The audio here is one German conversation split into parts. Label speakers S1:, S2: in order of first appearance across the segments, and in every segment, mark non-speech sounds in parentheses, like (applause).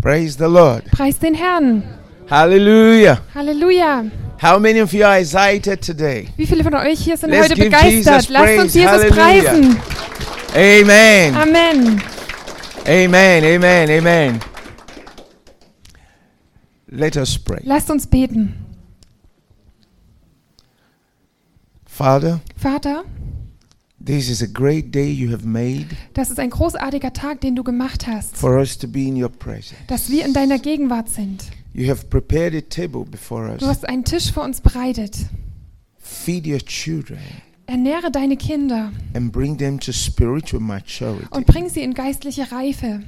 S1: Praise the Lord.
S2: Preis den Herrn.
S1: Hallelujah.
S2: Halleluja.
S1: How many of you are excited today?
S2: Wie viele von euch hier sind
S1: Let's
S2: heute
S1: give
S2: begeistert?
S1: Jesus
S2: Lasst uns
S1: praise.
S2: Jesus
S1: Halleluja.
S2: preisen.
S1: Amen.
S2: Amen.
S1: Amen. Amen. Amen. Let us pray.
S2: Lasst uns beten.
S1: Father,
S2: Vater,
S1: this is a great day you have made
S2: das ist ein großartiger Tag, den du gemacht hast,
S1: for us to be in your presence.
S2: dass wir in deiner Gegenwart sind.
S1: You have prepared a table before
S2: Du
S1: us.
S2: hast einen Tisch für uns bereitet.
S1: Feed your children
S2: Ernähre deine Kinder
S1: and bring them to spiritual maturity.
S2: und bring sie in geistliche Reife.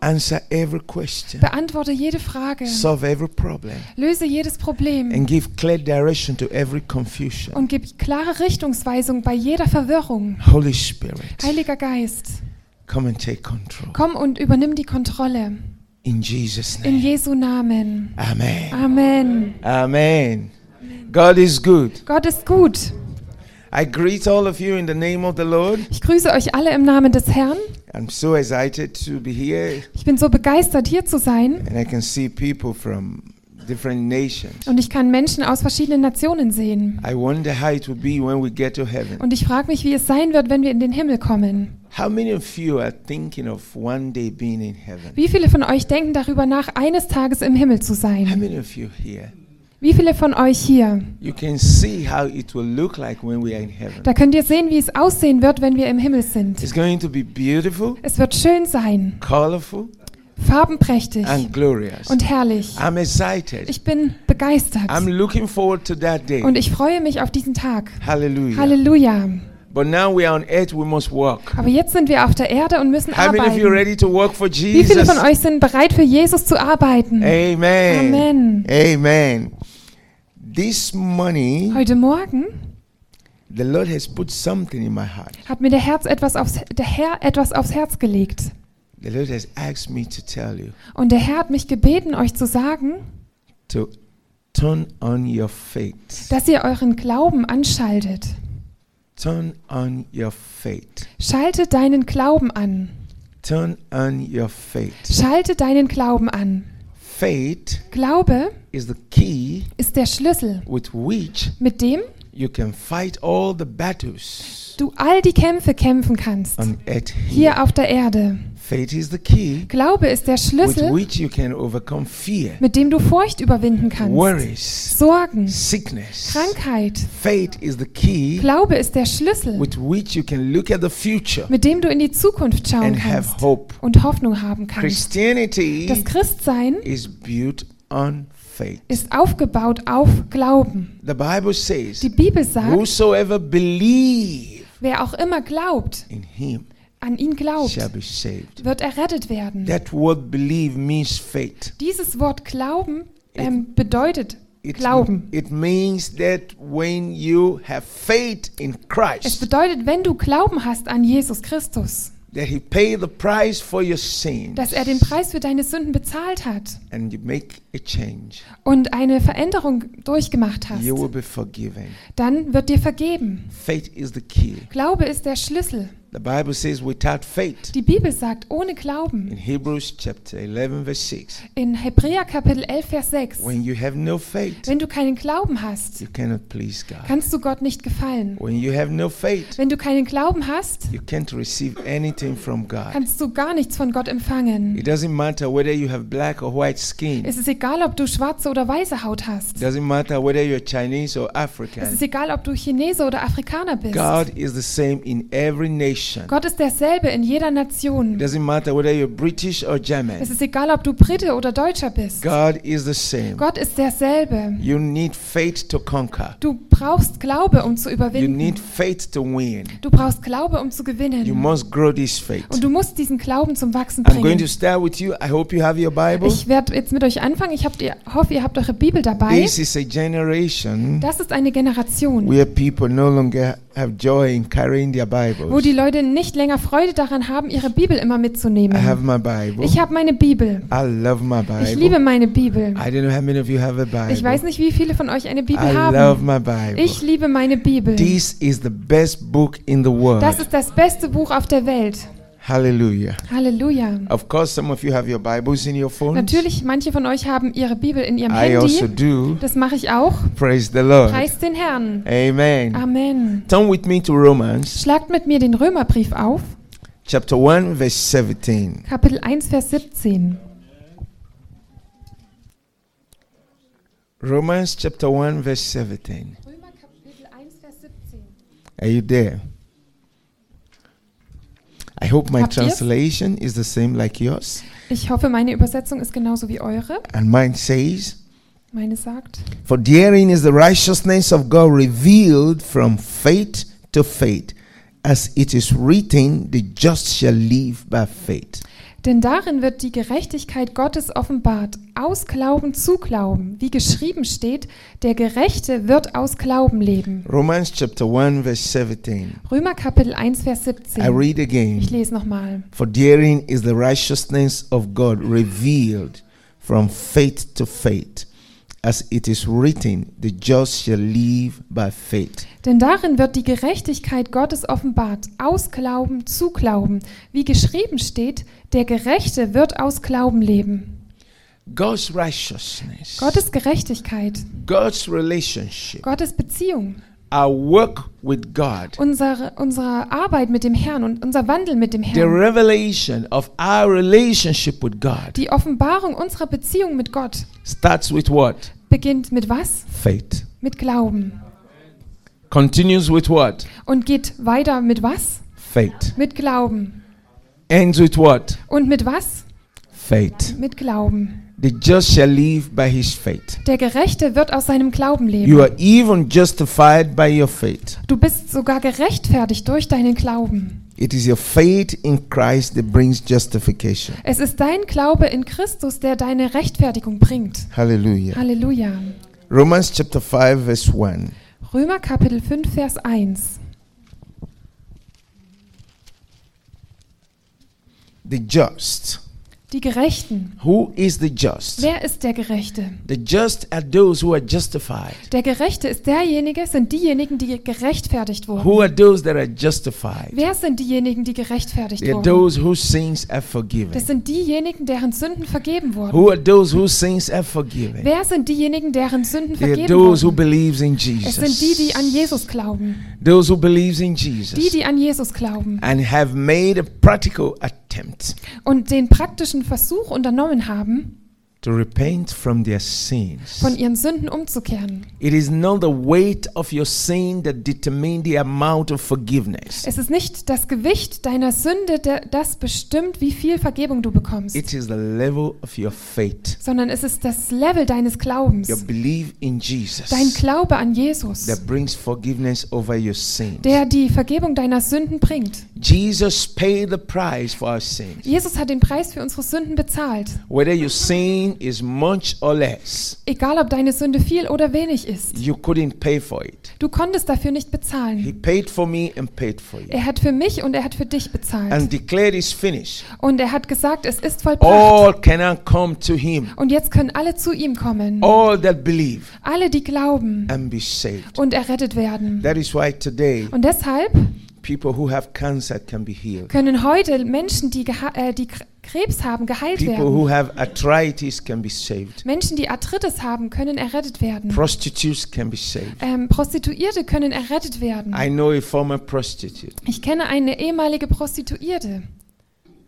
S1: Answer every question.
S2: Beantworte jede Frage.
S1: Solve every problem.
S2: Löse jedes Problem
S1: And give clear direction to every confusion.
S2: und gib klare Richtungsweisung bei jeder Verwirrung.
S1: Holy Spirit,
S2: Heiliger Geist,
S1: come and take control.
S2: komm und übernimm die Kontrolle.
S1: In Jesus'
S2: In
S1: name.
S2: Jesu Namen.
S1: Amen.
S2: Amen.
S1: Amen. God is good.
S2: Gott ist gut.
S1: I greet all of you in the name of the Lord.
S2: Ich grüße euch alle im Namen des Herrn.
S1: I'm so excited to be here,
S2: Ich bin so begeistert, hier zu sein.
S1: and I can see people from different nations.
S2: Und ich kann Menschen aus verschiedenen Nationen sehen.
S1: I wonder how it will be when we get to heaven.
S2: Und ich frage mich, wie es sein wird, wenn wir in den Himmel kommen.
S1: How many of you are thinking of one day being in heaven?
S2: Wie viele von euch denken darüber nach, eines Tages im Himmel zu
S1: How
S2: sein?
S1: many of you here?
S2: Wie viele von euch hier?
S1: You can see how it will look like when we are in heaven.
S2: Da könnt ihr sehen, wie es aussehen wird, wenn wir im Himmel sind.
S1: It's going to be beautiful,
S2: Es wird schön sein,
S1: colorful,
S2: farbenprächtig
S1: and glorious.
S2: und herrlich.
S1: I'm excited.
S2: Ich bin begeistert
S1: I'm looking forward to that day.
S2: und ich freue mich auf diesen Tag.
S1: Hallelujah.
S2: Halleluja.
S1: But now we are on earth, we must work.
S2: Aber jetzt sind wir auf der Erde und müssen
S1: How many of you are
S2: arbeiten.
S1: ready to work for
S2: Wie viele
S1: Jesus?
S2: von euch sind bereit, für Jesus zu arbeiten?
S1: Amen.
S2: Amen.
S1: Amen. This morning,
S2: Heute Morgen
S1: the Lord has put something in my heart.
S2: hat mir der, Herz etwas aufs, der Herr etwas aufs Herz gelegt.
S1: The Lord has asked me to tell you
S2: Und der Herr hat mich gebeten, euch zu sagen,
S1: to turn on your faith.
S2: dass ihr euren Glauben anschaltet.
S1: Turn on your faith.
S2: Schalte deinen Glauben an.
S1: Turn on your faith.
S2: Schalte deinen Glauben an.
S1: Faith
S2: Glaube
S1: is the key
S2: ist der Schlüssel,
S1: with which
S2: mit dem
S1: you can fight all the battles
S2: du all die Kämpfe kämpfen kannst.
S1: on earth. Here.
S2: Hier auf der Erde.
S1: Faith is the key
S2: Glaube ist der
S1: with
S2: Schlüssel,
S1: which you can overcome fear,
S2: mit dem du Furcht überwinden kannst.
S1: worries,
S2: Sorgen,
S1: sickness.
S2: Krankheit.
S1: Faith is the key
S2: Glaube ist der Schlüssel,
S1: with which you can look at the future
S2: mit dem du in die Zukunft schauen
S1: and have
S2: kannst
S1: hope.
S2: und Hoffnung haben kannst. Das
S1: Christianity
S2: Christsein
S1: is built on faith.
S2: ist aufgebaut auf Glauben.
S1: The Bible
S2: Die
S1: says,
S2: Bibel sagt,
S1: Whosoever believe
S2: wer auch immer glaubt,
S1: in him
S2: an ihn glaubt,
S1: shall be saved.
S2: wird errettet werden.
S1: That word believe means faith.
S2: Dieses Wort Glauben ähm, bedeutet
S1: It,
S2: Glauben.
S1: it means that when you have faith in
S2: Es
S1: Christ,
S2: bedeutet, wenn du Glauben hast an Jesus Christus,
S1: that He paid the price for your sins,
S2: dass er den Preis für deine Sünden bezahlt hat
S1: and you make a change,
S2: und eine Veränderung durchgemacht hast,
S1: you will be forgiven.
S2: dann wird dir vergeben.
S1: Faith is the key.
S2: Glaube ist der Schlüssel.
S1: The Bible says, without faith,
S2: Die Bibel sagt, ohne Glauben.
S1: in Hebrews chapter 11, verse 6,
S2: In Hebräer Kapitel 11, Vers 6.
S1: when you have no faith,
S2: Wenn du keinen Glauben hast,
S1: you cannot please God.
S2: kannst du Gott nicht gefallen.
S1: When you have no faith,
S2: Wenn du keinen Glauben hast,
S1: you can't receive anything from God.
S2: kannst du gar nichts von Gott empfangen.
S1: It doesn't matter whether you have black or white skin.
S2: Es ist egal, ob du schwarze oder weiße Haut
S1: It
S2: hast.
S1: doesn't matter whether you're Chinese or
S2: Es
S1: African.
S2: ist egal, ob du Chinese oder Afrikaner bist.
S1: God is the same in every nation.
S2: Gott ist derselbe in jeder
S1: It
S2: Nation.
S1: doesn't matter whether you're British or
S2: Es
S1: German.
S2: ist egal, ob du Brite oder Deutscher bist.
S1: God is the same.
S2: Gott ist derselbe.
S1: You need faith to conquer.
S2: Du brauchst Glaube, um zu
S1: You
S2: überwinden.
S1: need faith to win.
S2: Du brauchst Glaube, um zu
S1: You
S2: gewinnen.
S1: must grow this faith.
S2: Und du musst diesen Glauben zum Wachsen
S1: I'm going
S2: bringen.
S1: to start with you. I hope you have your Bible.
S2: Ich werde jetzt mit euch anfangen. Ich hab, ihr, hoffe, ihr habt eure Bibel dabei.
S1: This is a generation
S2: Das ist eine Generation,
S1: where people no longer have joy in carrying their
S2: wo die
S1: Bibles.
S2: Leute nicht länger Freude daran haben, ihre Bibel immer
S1: I have
S2: mitzunehmen.
S1: my Bible.
S2: Ich habe meine Bibel.
S1: I love my
S2: Ich liebe
S1: Bible.
S2: meine Bibel.
S1: I don't know how many of you have a
S2: Ich weiß
S1: Bible.
S2: nicht, wie viele von euch eine Bibel
S1: I love
S2: haben.
S1: my Bible.
S2: Ich liebe meine Bibel.
S1: This is the best book in the world.
S2: Das ist das beste Buch auf der Welt.
S1: Hallelujah.
S2: Halleluja.
S1: Of course, some of you have your Bibles in your phones.
S2: Natürlich, manche von euch haben ihre Bibel in ihrem
S1: I also
S2: Handy.
S1: do.
S2: Das mache ich auch.
S1: Praise the Lord.
S2: Preist den Herrn.
S1: Amen.
S2: Amen.
S1: Turn with me to Romans
S2: Schlagt mit mir den Römerbrief auf,
S1: chapter 1, verse 17.
S2: Kapitel 1, Vers 17.
S1: Romans chapter 1, verse 17.
S2: Römer Kapitel 1, Vers 17.
S1: Are you there? I hope my
S2: Habt ihr's?
S1: translation is the same like yours.
S2: Ich hoffe, meine Übersetzung ist genauso wie eure.
S1: And mine says,
S2: Meine sagt,
S1: For therein is the righteousness of God revealed from faith to faith, as it is written, the just shall live by faith.
S2: denn darin wird die Gerechtigkeit Gottes offenbart, aus Glauben zu Glauben, wie geschrieben steht, der Gerechte wird aus Glauben leben.
S1: Romans chapter 1, verse 17.
S2: Römer Kapitel 1, Vers
S1: I
S2: 17.
S1: read again.
S2: Ich lese nochmal.
S1: For therein is the righteousness of God revealed from faith to faith, as it is written, the just shall live by faith.
S2: Denn darin wird die Gerechtigkeit Gottes offenbart, aus Glauben zu Glauben, wie geschrieben steht, der Gerechte wird aus Glauben leben.
S1: God's righteousness,
S2: Gottes Gerechtigkeit,
S1: God's relationship,
S2: Gottes Beziehung,
S1: our work with God,
S2: unsere, unsere Arbeit mit dem Herrn und unser Wandel mit dem
S1: the
S2: Herrn,
S1: revelation of our relationship with God
S2: die Offenbarung unserer Beziehung mit Gott
S1: starts with what?
S2: beginnt mit was?
S1: Faith.
S2: Mit Glauben.
S1: Continues with what?
S2: Und geht weiter mit was?
S1: Faith.
S2: Mit Glauben.
S1: Ends with what?
S2: Und mit was?
S1: Faith.
S2: Mit Glauben.
S1: The just shall live by his faith.
S2: Der Gerechte wird aus seinem Glauben
S1: You
S2: leben.
S1: are even justified by your faith.
S2: Du bist sogar gerechtfertigt durch deinen Glauben.
S1: It is your faith in Christ that brings justification.
S2: Es ist dein Glaube in Christus, der deine Rechtfertigung bringt.
S1: Hallelujah.
S2: Halleluja.
S1: Romans chapter 5, verse 1.
S2: Römer Kapitel 5, Vers 1.
S1: The just.
S2: Die Gerechten.
S1: Who is the just?
S2: Wer ist der Gerechte?
S1: The just are those who are justified.
S2: Der Gerechte ist derjenige, sind diejenigen, die gerechtfertigt wurden.
S1: Who are those that are justified?
S2: Wer sind diejenigen, die gerechtfertigt
S1: They are
S2: wurden?
S1: those whose sins are
S2: Das
S1: forgiven.
S2: sind diejenigen, deren Sünden vergeben wurden.
S1: Who are those whose sins are forgiven?
S2: Wer sind diejenigen, deren Sünden
S1: They are
S2: vergeben
S1: those who
S2: wurden?
S1: believes in
S2: Es sind die, die an
S1: Jesus.
S2: Jesus glauben.
S1: Those who believes in
S2: Die,
S1: Jesus
S2: die an Jesus glauben
S1: and have made a practical attempt
S2: und den praktischen Versuch unternommen haben,
S1: to repent from their sins.
S2: von ihren Sünden umzukehren.
S1: It is not the weight of your sin that determines the amount of forgiveness.
S2: Es ist nicht das Gewicht deiner Sünde, der, das bestimmt, wie viel Vergebung du bekommst,
S1: It is the level of your faith,
S2: sondern es ist das Level deines
S1: your
S2: Glaubens,
S1: belief in
S2: dein
S1: Jesus,
S2: Glaube an Jesus,
S1: that brings forgiveness over your sins.
S2: der die Vergebung deiner Sünden bringt.
S1: Jesus paid the price for our sins.
S2: Jesus hat den Preis für unsere Sünden bezahlt,
S1: Whether your sin is much or less,
S2: egal ob deine Sünde viel oder wenig ist.
S1: you couldn't pay for it.
S2: Du konntest dafür nicht
S1: He
S2: bezahlen.
S1: paid for me and paid for you.
S2: Er hat für mich und er hat für dich
S1: And
S2: bezahlt.
S1: declared is finished.
S2: Und er hat gesagt, es ist vollbracht.
S1: All can now come to him.
S2: Und jetzt können alle zu ihm kommen.
S1: All that believe
S2: Alle, die glauben
S1: and be saved.
S2: und errettet werden.
S1: That is why today
S2: Und deshalb
S1: People who have cancer can be healed.
S2: können heute Menschen, die, geha- äh, die Kr- Krebs haben, geheilt
S1: People
S2: werden.
S1: who have arthritis can be saved.
S2: Menschen, die Arthritis haben, können errettet werden.
S1: Prostitutes can be saved.
S2: Ähm, Prostituierte können errettet werden.
S1: I know a former prostitute.
S2: Ich kenne eine ehemalige Prostituierte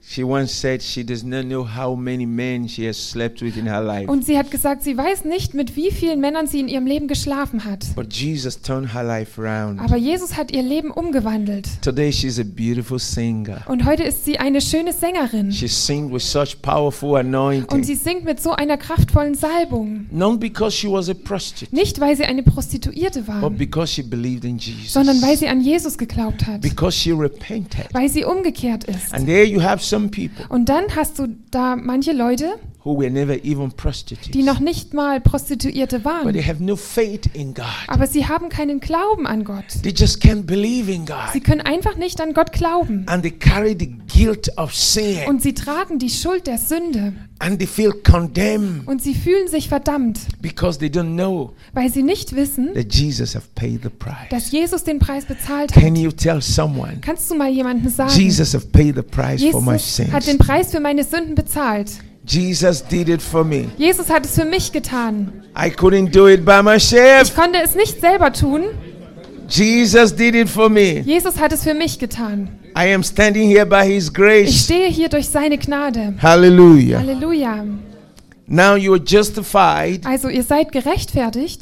S1: She once said she does not know how many men she has slept with in her life.
S2: und sie hat gesagt, sie weiß nicht, mit wie vielen Männern sie in ihrem Leben geschlafen hat.
S1: But Jesus turned her life around.
S2: Aber Jesus hat ihr Leben umgewandelt.
S1: Today she's a beautiful singer.
S2: Und heute ist sie eine schöne Sängerin.
S1: She sings with such powerful
S2: Und sie
S1: anointing.
S2: singt mit so einer kraftvollen Salbung.
S1: Not because she was a prostitute,
S2: Nicht, weil sie eine Prostituierte war,
S1: but because she believed in Jesus.
S2: sondern weil sie an Jesus geglaubt hat.
S1: Because she repented.
S2: Weil sie umgekehrt ist.
S1: And there you have some people
S2: Und dann hast du da manche Leute,
S1: who were never even prostitutes.
S2: die noch nicht mal Prostituierte
S1: but they
S2: waren.
S1: have no faith in God.
S2: Aber sie haben keinen Glauben an Gott.
S1: They just can't believe in God.
S2: Sie können einfach nicht an Gott glauben.
S1: And they carry the guilt of sin.
S2: Und sie tragen die Schuld der Sünde.
S1: And they feel condemned
S2: Und sie fühlen sich verdammt,
S1: because they don't know
S2: weil sie nicht wissen,
S1: that Jesus have paid the
S2: dass
S1: price.
S2: Jesus den Preis bezahlt
S1: Can
S2: hat.
S1: you tell someone,
S2: Kannst du mal jemandem sagen,
S1: Jesus have paid the price for my
S2: Jesus hat den
S1: sins.
S2: Preis für meine Sünden bezahlt.
S1: Jesus did it for me.
S2: Jesus hat es für mich getan.
S1: I couldn't do it by
S2: Ich
S1: myself.
S2: konnte es nicht selber tun.
S1: Jesus did it for me.
S2: Jesus hat es für mich getan.
S1: I am standing here by his
S2: Ich
S1: grace.
S2: stehe hier durch seine Gnade.
S1: Hallelujah.
S2: Halleluja.
S1: Now you are justified
S2: Also ihr seid gerechtfertigt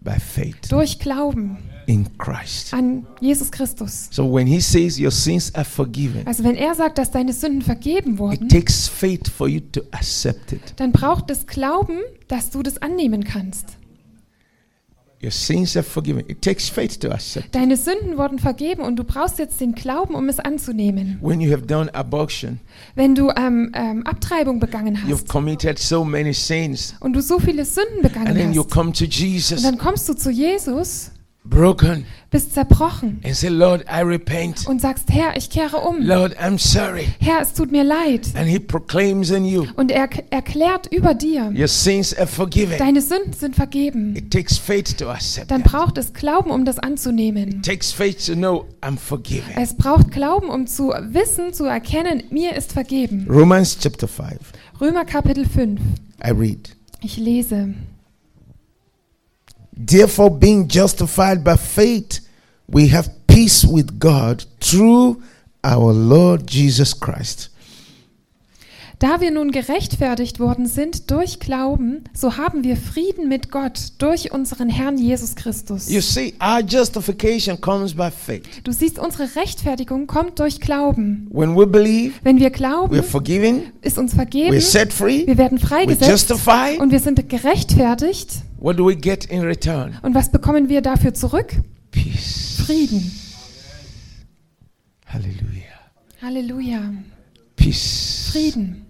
S1: by faith
S2: durch Glauben
S1: in Christ.
S2: an Jesus Christus.
S1: So when he says your sins are forgiven,
S2: Also wenn er sagt, dass deine Sünden vergeben
S1: it
S2: wurden,
S1: takes faith for you to accept it.
S2: dann braucht es Glauben, dass du das annehmen kannst.
S1: Your sins are forgiven. It takes faith to accept.
S2: Deine Sünden wurden vergeben und du brauchst jetzt den Glauben, um es anzunehmen.
S1: When you have done abortion,
S2: Wenn du ähm, ähm, Abtreibung begangen
S1: you've
S2: hast
S1: committed so many sins,
S2: und du so viele Sünden
S1: and
S2: begangen
S1: then you
S2: hast,
S1: come to
S2: und
S1: Jesus
S2: dann kommst du zu Jesus,
S1: broken
S2: bist zerbrochen
S1: and say, Lord, I repent.
S2: und sagst, Herr, ich kehre um.
S1: Lord, I'm sorry.
S2: Herr, es tut mir leid.
S1: And he proclaims in you,
S2: Und er erklärt über dir,
S1: your sins are forgiven.
S2: deine Sünden sind vergeben.
S1: It takes faith to accept
S2: Dann
S1: that.
S2: braucht es Glauben, um das anzunehmen.
S1: It takes faith to know I'm forgiven.
S2: Es braucht Glauben, um zu wissen, zu erkennen, mir ist vergeben.
S1: Romans chapter 5,
S2: Römer Kapitel 5.
S1: I read,
S2: Ich lese.
S1: Therefore, being justified by faith, we have peace with God through our Lord Jesus Christ.
S2: Da wir nun gerechtfertigt worden sind durch Glauben, so haben wir Frieden mit Gott durch unseren Herrn Jesus Christus.
S1: You see, our justification comes by faith.
S2: Du siehst, unsere Rechtfertigung kommt durch Glauben.
S1: When we believe,
S2: Wenn wir
S1: we're
S2: glauben,
S1: forgiven,
S2: ist uns vergeben,
S1: we're set free,
S2: wir werden
S1: we're
S2: freigesetzt
S1: justified.
S2: und wir sind gerechtfertigt.
S1: What do we get in return?
S2: Und was bekommen wir dafür zurück?
S1: Peace.
S2: Frieden.
S1: Hallelujah.
S2: Halleluja.
S1: Peace.
S2: Frieden.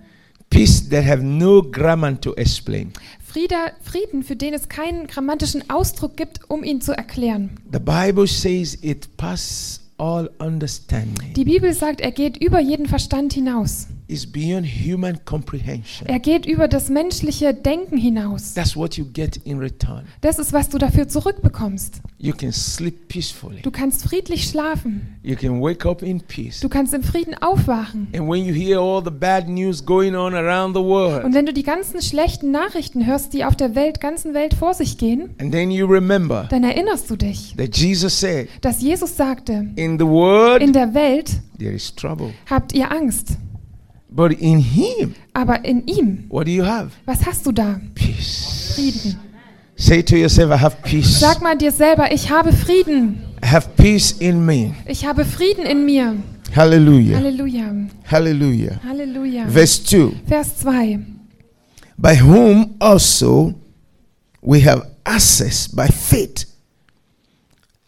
S1: Peace that have no grammar to explain.
S2: Frieder, Frieden, für den es keinen grammatischen Ausdruck gibt, um ihn zu erklären.
S1: The Bible says it passes all understanding.
S2: Die Bibel sagt, er geht über jeden Verstand hinaus.
S1: It's beyond human comprehension.
S2: Er geht über das menschliche Denken hinaus.
S1: That's what you get in return.
S2: Das ist, was du dafür zurückbekommst.
S1: You can sleep peacefully.
S2: Du kannst friedlich schlafen.
S1: You can wake up in peace.
S2: Du kannst im Frieden aufwachen.
S1: And when you hear all the bad news going on around the world,
S2: Und wenn du die ganzen schlechten Nachrichten hörst, die auf der Welt, ganzen Welt vor sich gehen,
S1: and then you remember
S2: dann erinnerst du dich,
S1: that Jesus said,
S2: dass Jesus sagte,
S1: In the world
S2: in der Welt
S1: there is trouble,
S2: habt ihr Angst,
S1: but in Him,
S2: aber in ihm,
S1: what do you have?
S2: was hast du da?
S1: Peace.
S2: Frieden.
S1: Say to yourself, I have peace.
S2: Sag mal dir selber, ich habe Frieden.
S1: I have peace in me.
S2: Ich habe Frieden in mir.
S1: Hallelujah.
S2: Halleluja.
S1: Hallelujah.
S2: Halleluja.
S1: Verse 2.
S2: Vers 2.
S1: by whom also we have access by faith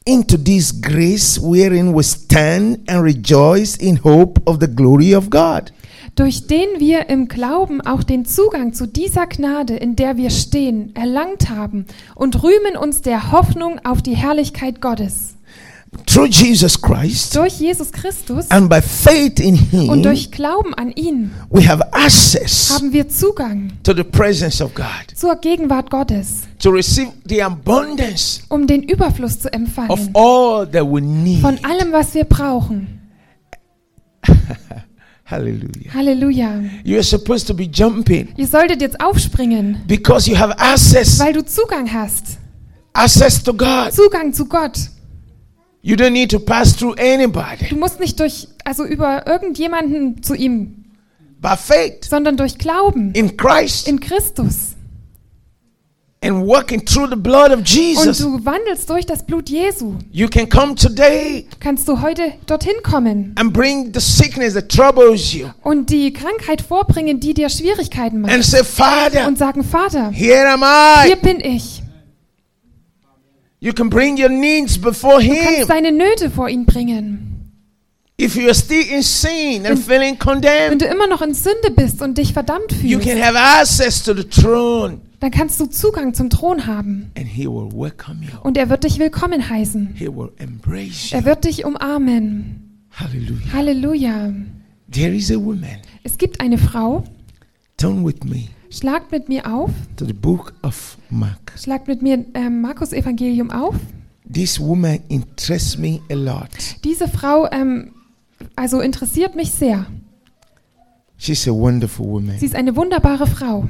S1: into this grace wherein we stand and rejoice in hope of the glory of God.
S2: durch den wir im Glauben auch den Zugang zu dieser Gnade, in der wir stehen, erlangt haben und rühmen uns der Hoffnung auf die Herrlichkeit Gottes.
S1: Through Jesus Christ
S2: Durch Jesus Christus
S1: and by faith in
S2: und
S1: Him,
S2: durch Glauben an ihn
S1: we have access
S2: haben wir Zugang
S1: to the presence of God
S2: zur Gegenwart Gottes,
S1: to receive the abundance
S2: um den Überfluss zu
S1: of
S2: empfangen
S1: all that we need.
S2: von allem, was wir brauchen.
S1: Hallelujah.
S2: Halleluja.
S1: You are supposed to be jumping
S2: Ihr solltet jetzt aufspringen,
S1: because you have access
S2: weil du Zugang hast.
S1: access to God.
S2: Zugang zu Gott.
S1: You don't need to pass through anybody.
S2: Du musst nicht durch, also über irgendjemanden zu ihm,
S1: by faith
S2: sondern durch Glauben.
S1: in Christ
S2: in Christus.
S1: and walking through the blood of
S2: Und
S1: Jesus,
S2: du wandelst durch das Blut Jesu.
S1: you can come today
S2: Kannst du heute dorthin kommen
S1: and bring the sickness that troubles you
S2: und die Krankheit vorbringen, die dir Schwierigkeiten macht.
S1: and say, Father,
S2: Und sagen, Vater,
S1: here am
S2: hier
S1: I.
S2: bin ich.
S1: You can bring your needs before
S2: Du kannst
S1: Him.
S2: deine Nöte vor ihn bringen.
S1: If you are still in sin and
S2: Wenn-
S1: feeling
S2: Wenn
S1: condemned,
S2: du immer noch in Sünde bist und dich verdammt
S1: you can
S2: fühlst,
S1: have access to the throne
S2: dann kannst du Zugang zum Thron haben.
S1: and He will welcome you.
S2: Und er wird dich willkommen heißen.
S1: He will embrace
S2: Er
S1: you.
S2: wird dich umarmen.
S1: Hallelujah.
S2: Halleluja.
S1: There is a woman.
S2: Es gibt eine Frau.
S1: Turn with me
S2: Schlagt mit mir auf.
S1: to the book of Mark.
S2: Schlagt mit mir ähm, Markus Evangelium auf.
S1: This woman interests me a lot.
S2: Diese Frau ähm, also interessiert mich sehr.
S1: She's a wonderful
S2: Sie
S1: woman.
S2: ist eine wunderbare Frau.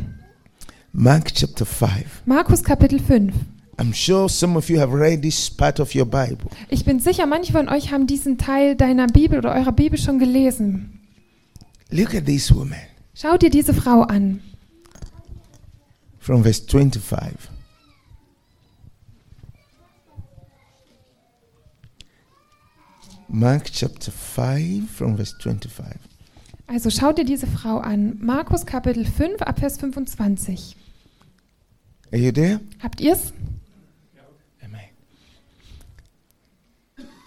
S1: Mark chapter 5.
S2: Markus Kapitel 5.
S1: I'm sure some of you have read this part of your Bible.
S2: Ich bin sicher, manche von euch haben diesen Teil deiner Bibel oder eurer Bibel schon gelesen.
S1: Look at this woman
S2: Schau dir diese Frau an.
S1: from verse 25. Mark chapter 5 from verse 25.
S2: Also schau dir diese Frau an. Markus Kapitel 5 ab Vers 25.
S1: Are you there?
S2: Habt ihr's?
S1: Amen.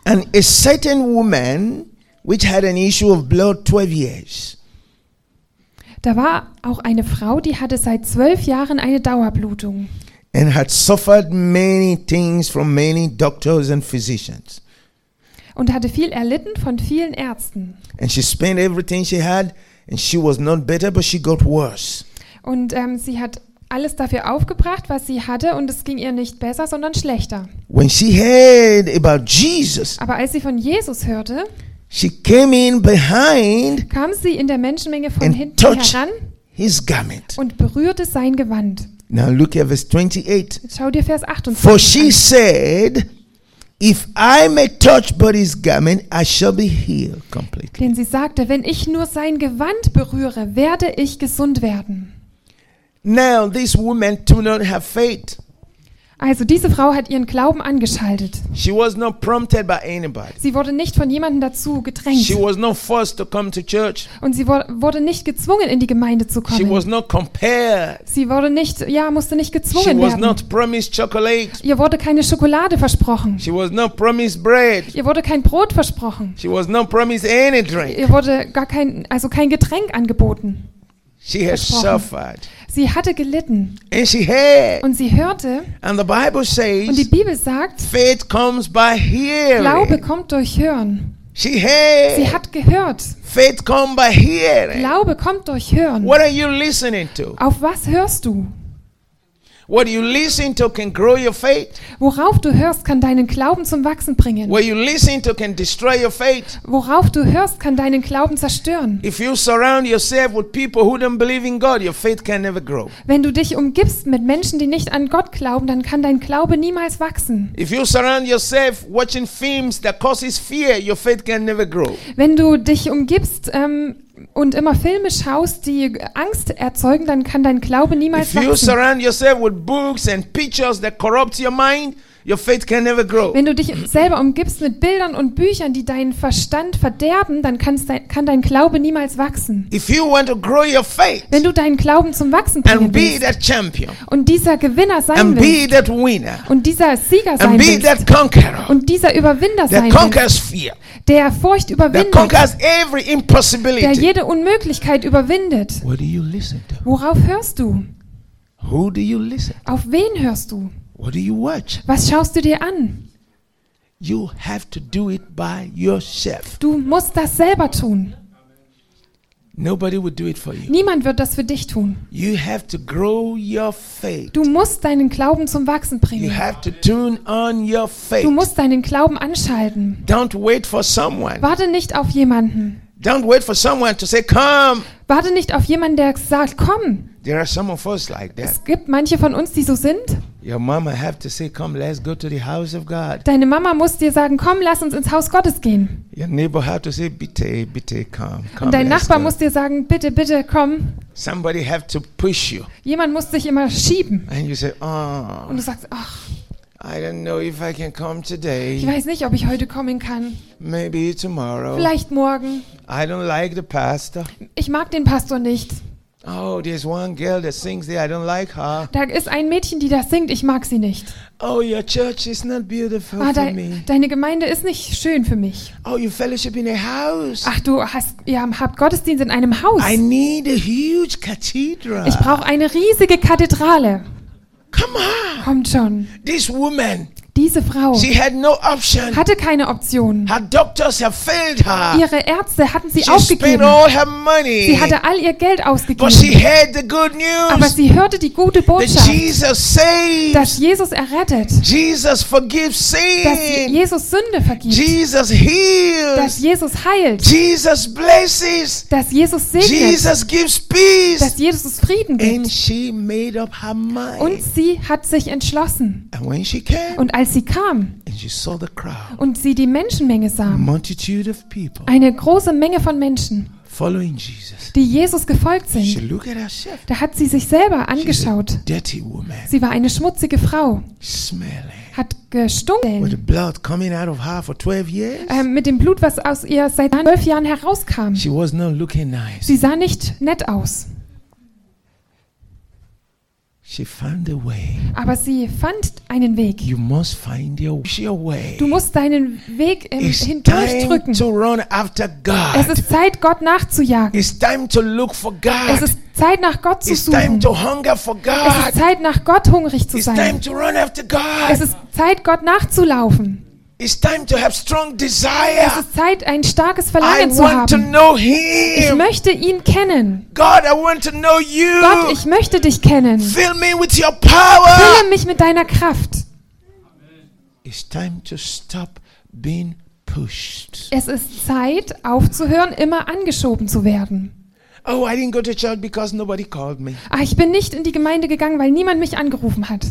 S1: And a certain woman which had an issue of blood 12 years.
S2: Da war auch eine Frau, die hatte seit zwölf Jahren eine Dauerblutung
S1: and had suffered many things from many doctors and physicians.
S2: und hatte viel erlitten von vielen Ärzten.
S1: And she spent everything she had, and she was not better, but she got worse.
S2: Und ähm, sie hat alles dafür aufgebracht, was sie hatte, und es ging ihr nicht besser, sondern schlechter.
S1: When she heard about Jesus,
S2: Aber als sie von Jesus hörte,
S1: she came in behind
S2: kam sie in der Menschenmenge von
S1: And
S2: hinten
S1: touched.
S2: heran
S1: his garment.
S2: und berührte sein Gewand.
S1: Now look at verse 28.
S2: Jetzt schau dir Vers 28
S1: For she
S2: an.
S1: said, If I may touch but his garment, I shall be healed completely.
S2: Denn sie sagte, wenn ich nur sein Gewand berühre, werde ich gesund werden.
S1: Now, these women do not have faith.
S2: Also diese Frau hat ihren Glauben angeschaltet.
S1: She was not prompted by anybody,
S2: Sie wurde nicht von jemandem dazu gedrängt.
S1: she was not forced to come to church.
S2: Und sie wor- wurde nicht gezwungen, in die Gemeinde zu
S1: She
S2: kommen.
S1: was not compared.
S2: Sie wurde nicht, ja, musste nicht
S1: She
S2: gezwungen
S1: was
S2: werden.
S1: not promised chocolate.
S2: Ihr wurde keine Schokolade versprochen.
S1: She was not promised bread.
S2: Ihr wurde kein Brot versprochen.
S1: She was not promised any drink.
S2: Ihr wurde gar kein, also kein Getränk angeboten.
S1: She had
S2: Versprochen.
S1: suffered.
S2: Sie hatte gelitten.
S1: And she had.
S2: Und sie hörte,
S1: And the Bible
S2: und die
S1: says
S2: Bibel sagt,
S1: faith comes by
S2: Glaube
S1: hearing.
S2: kommt durch Hören.
S1: She
S2: Sie
S1: had.
S2: hat gehört.
S1: Faith comes by hearing.
S2: Glaube kommt durch Hören.
S1: What are you listening to?
S2: Auf was hörst du?
S1: What you listen to can grow your faith.
S2: Worauf du hörst, kann deinen Glauben zum Wachsen bringen.
S1: What you listen to can destroy your faith.
S2: Worauf du hörst, kann deinen Glauben zerstören.
S1: If you surround yourself with people who don't believe in God, your faith can never grow.
S2: Wenn du dich umgibst mit Menschen, die nicht an Gott glauben, dann kann dein Glaube niemals wachsen.
S1: If you surround yourself watching films that causes fear, your faith can never grow.
S2: Wenn du dich umgibst ähm, und immer Filme schaust, die Angst erzeugen, dann kann dein Glaube niemals
S1: If you
S2: wachsen.
S1: surround yourself with books and pictures that corrupt your mind, your faith can never grow.
S2: Wenn du dich selber umgibst mit Bildern und Büchern, die deinen Verstand verderben, dann kannst dein, kann dein Glaube niemals wachsen.
S1: If you want to grow your faith
S2: Wenn du deinen Glauben zum Wachsen bringen
S1: and be
S2: willst
S1: that champion
S2: und dieser Gewinner sein
S1: and
S2: willst
S1: be that winner
S2: und dieser Sieger
S1: and
S2: sein
S1: be
S2: willst
S1: that conqueror
S2: und dieser Überwinder sein
S1: that
S2: willst,
S1: conquers fear,
S2: der Furcht
S1: that
S2: überwindet,
S1: conquers every
S2: der
S1: impossibility.
S2: jede Unmöglichkeit überwindet.
S1: What do you listen to?
S2: Worauf hörst du?
S1: Who do you listen?
S2: Auf wen hörst du?
S1: What do you watch?
S2: Was schaust du dir an?
S1: You have to do it by yourself.
S2: Du musst das selber tun.
S1: Nobody will do it for you.
S2: Niemand wird das für dich tun.
S1: You have to grow your faith.
S2: Du musst deinen Glauben zum Wachsen
S1: You
S2: bringen.
S1: have to tune on your
S2: Du
S1: faith.
S2: musst deinen Glauben anschalten.
S1: Don't wait for someone.
S2: Warte nicht auf jemanden.
S1: Don't wait for someone to say, Come.
S2: Warte nicht auf jemanden, der sagt, komm.
S1: There are some of us like that.
S2: Es gibt manche von uns, die so sind.
S1: Your mama have to say, Come, let's go to the house of God.
S2: Deine Mama muss dir sagen, komm, lass uns ins Haus Gottes gehen.
S1: Your neighbor have to say, Bitte, bitte, come. come
S2: Und dein
S1: let's
S2: Nachbar
S1: go."
S2: muss dir sagen, bitte, bitte, komm.
S1: Somebody have to push you.
S2: Jemand muss dich immer schieben.
S1: And you say,
S2: Und
S1: Oh,
S2: du sagst, ach,
S1: I don't know if I can come
S2: ich
S1: today.
S2: weiß nicht, ob ich heute kommen kann.
S1: Maybe tomorrow.
S2: Vielleicht morgen.
S1: I don't like the pastor.
S2: Ich mag den Pastor nicht.
S1: Oh, there's one girl that sings there. I don't like her.
S2: Da ist ein Mädchen, die das singt, ich mag sie nicht.
S1: Oh, your church is not beautiful
S2: Ah,
S1: for
S2: dei-
S1: me.
S2: deine Gemeinde ist nicht schön für mich.
S1: Oh, you fellowship in a house.
S2: Ach, du hast, ihr habt Gottesdienst in einem Haus.
S1: I need a huge cathedral.
S2: Ich brauche eine riesige Kathedrale.
S1: Come on.
S2: Kommt schon.
S1: This woman,
S2: Diese Frau
S1: she had no option.
S2: hatte keine Option.
S1: Her doctors have failed her.
S2: Ihre Ärzte hatten sie
S1: She spent
S2: aufgegeben.
S1: all her money.
S2: Sie hatte all ihr Geld
S1: But she
S2: ausgegeben.
S1: heard the good
S2: Aber
S1: news
S2: sie hörte die gute
S1: that
S2: Botschaft,
S1: Jesus saves.
S2: dass Jesus errettet,
S1: Jesus forgives
S2: dass
S1: sin.
S2: Jesus Sünde vergibt,
S1: Jesus
S2: dass
S1: heals.
S2: Jesus heilt,
S1: Jesus blesses.
S2: dass Jesus segnet,
S1: Jesus gives
S2: dass
S1: peace.
S2: Jesus Frieden
S1: And
S2: gibt.
S1: she made up her
S2: Und
S1: mind.
S2: sie hat sich entschlossen.
S1: And when she came
S2: Und als sie kam
S1: and she saw the crowd,
S2: und sie die Menschenmenge
S1: a
S2: sah,
S1: multitude of people
S2: eine große Menge von Menschen,
S1: following Jesus,
S2: die Jesus gefolgt
S1: she
S2: sind,
S1: looked at herself.
S2: da hat sie sich selber
S1: She's a
S2: angeschaut.
S1: dirty woman,
S2: Sie war eine schmutzige Frau,
S1: smelling,
S2: hat gestunken.
S1: with the blood coming out of her for 12 years.
S2: ähm, mit dem Blut, was aus ihr seit zwölf Jahren herauskam.
S1: She was not looking nice.
S2: Sie sah nicht nett aus,
S1: She found a way.
S2: aber sie fand einen Weg.
S1: You must find your, your way.
S2: Du musst deinen Weg im,
S1: It's
S2: hindurchdrücken.
S1: time to run after
S2: Es
S1: God.
S2: ist Zeit, Gott nachzujagen.
S1: It's time to look for
S2: Es
S1: God.
S2: ist Zeit, nach Gott zu
S1: It's time
S2: suchen.
S1: to hunger for
S2: Es ist
S1: God.
S2: Zeit, nach Gott hungrig zu
S1: It's time
S2: sein.
S1: to run after
S2: Es
S1: God.
S2: ist Zeit, Gott nachzulaufen.
S1: It's time to have strong
S2: Es
S1: desire.
S2: ist Zeit, ein starkes
S1: I
S2: Verlangen zu
S1: want to
S2: haben.
S1: know
S2: Ich
S1: Him.
S2: möchte ihn kennen.
S1: God, I want to know
S2: Gott,
S1: you.
S2: ich möchte dich kennen.
S1: Fill me with your power.
S2: Fülle mich mit deiner Kraft.
S1: It's time to stop being pushed.
S2: Es ist Zeit, aufzuhören, immer angeschoben zu werden.
S1: Oh, I didn't go to church because nobody called me.
S2: Ah, ich bin nicht in die Gemeinde gegangen, weil niemand mich angerufen hat.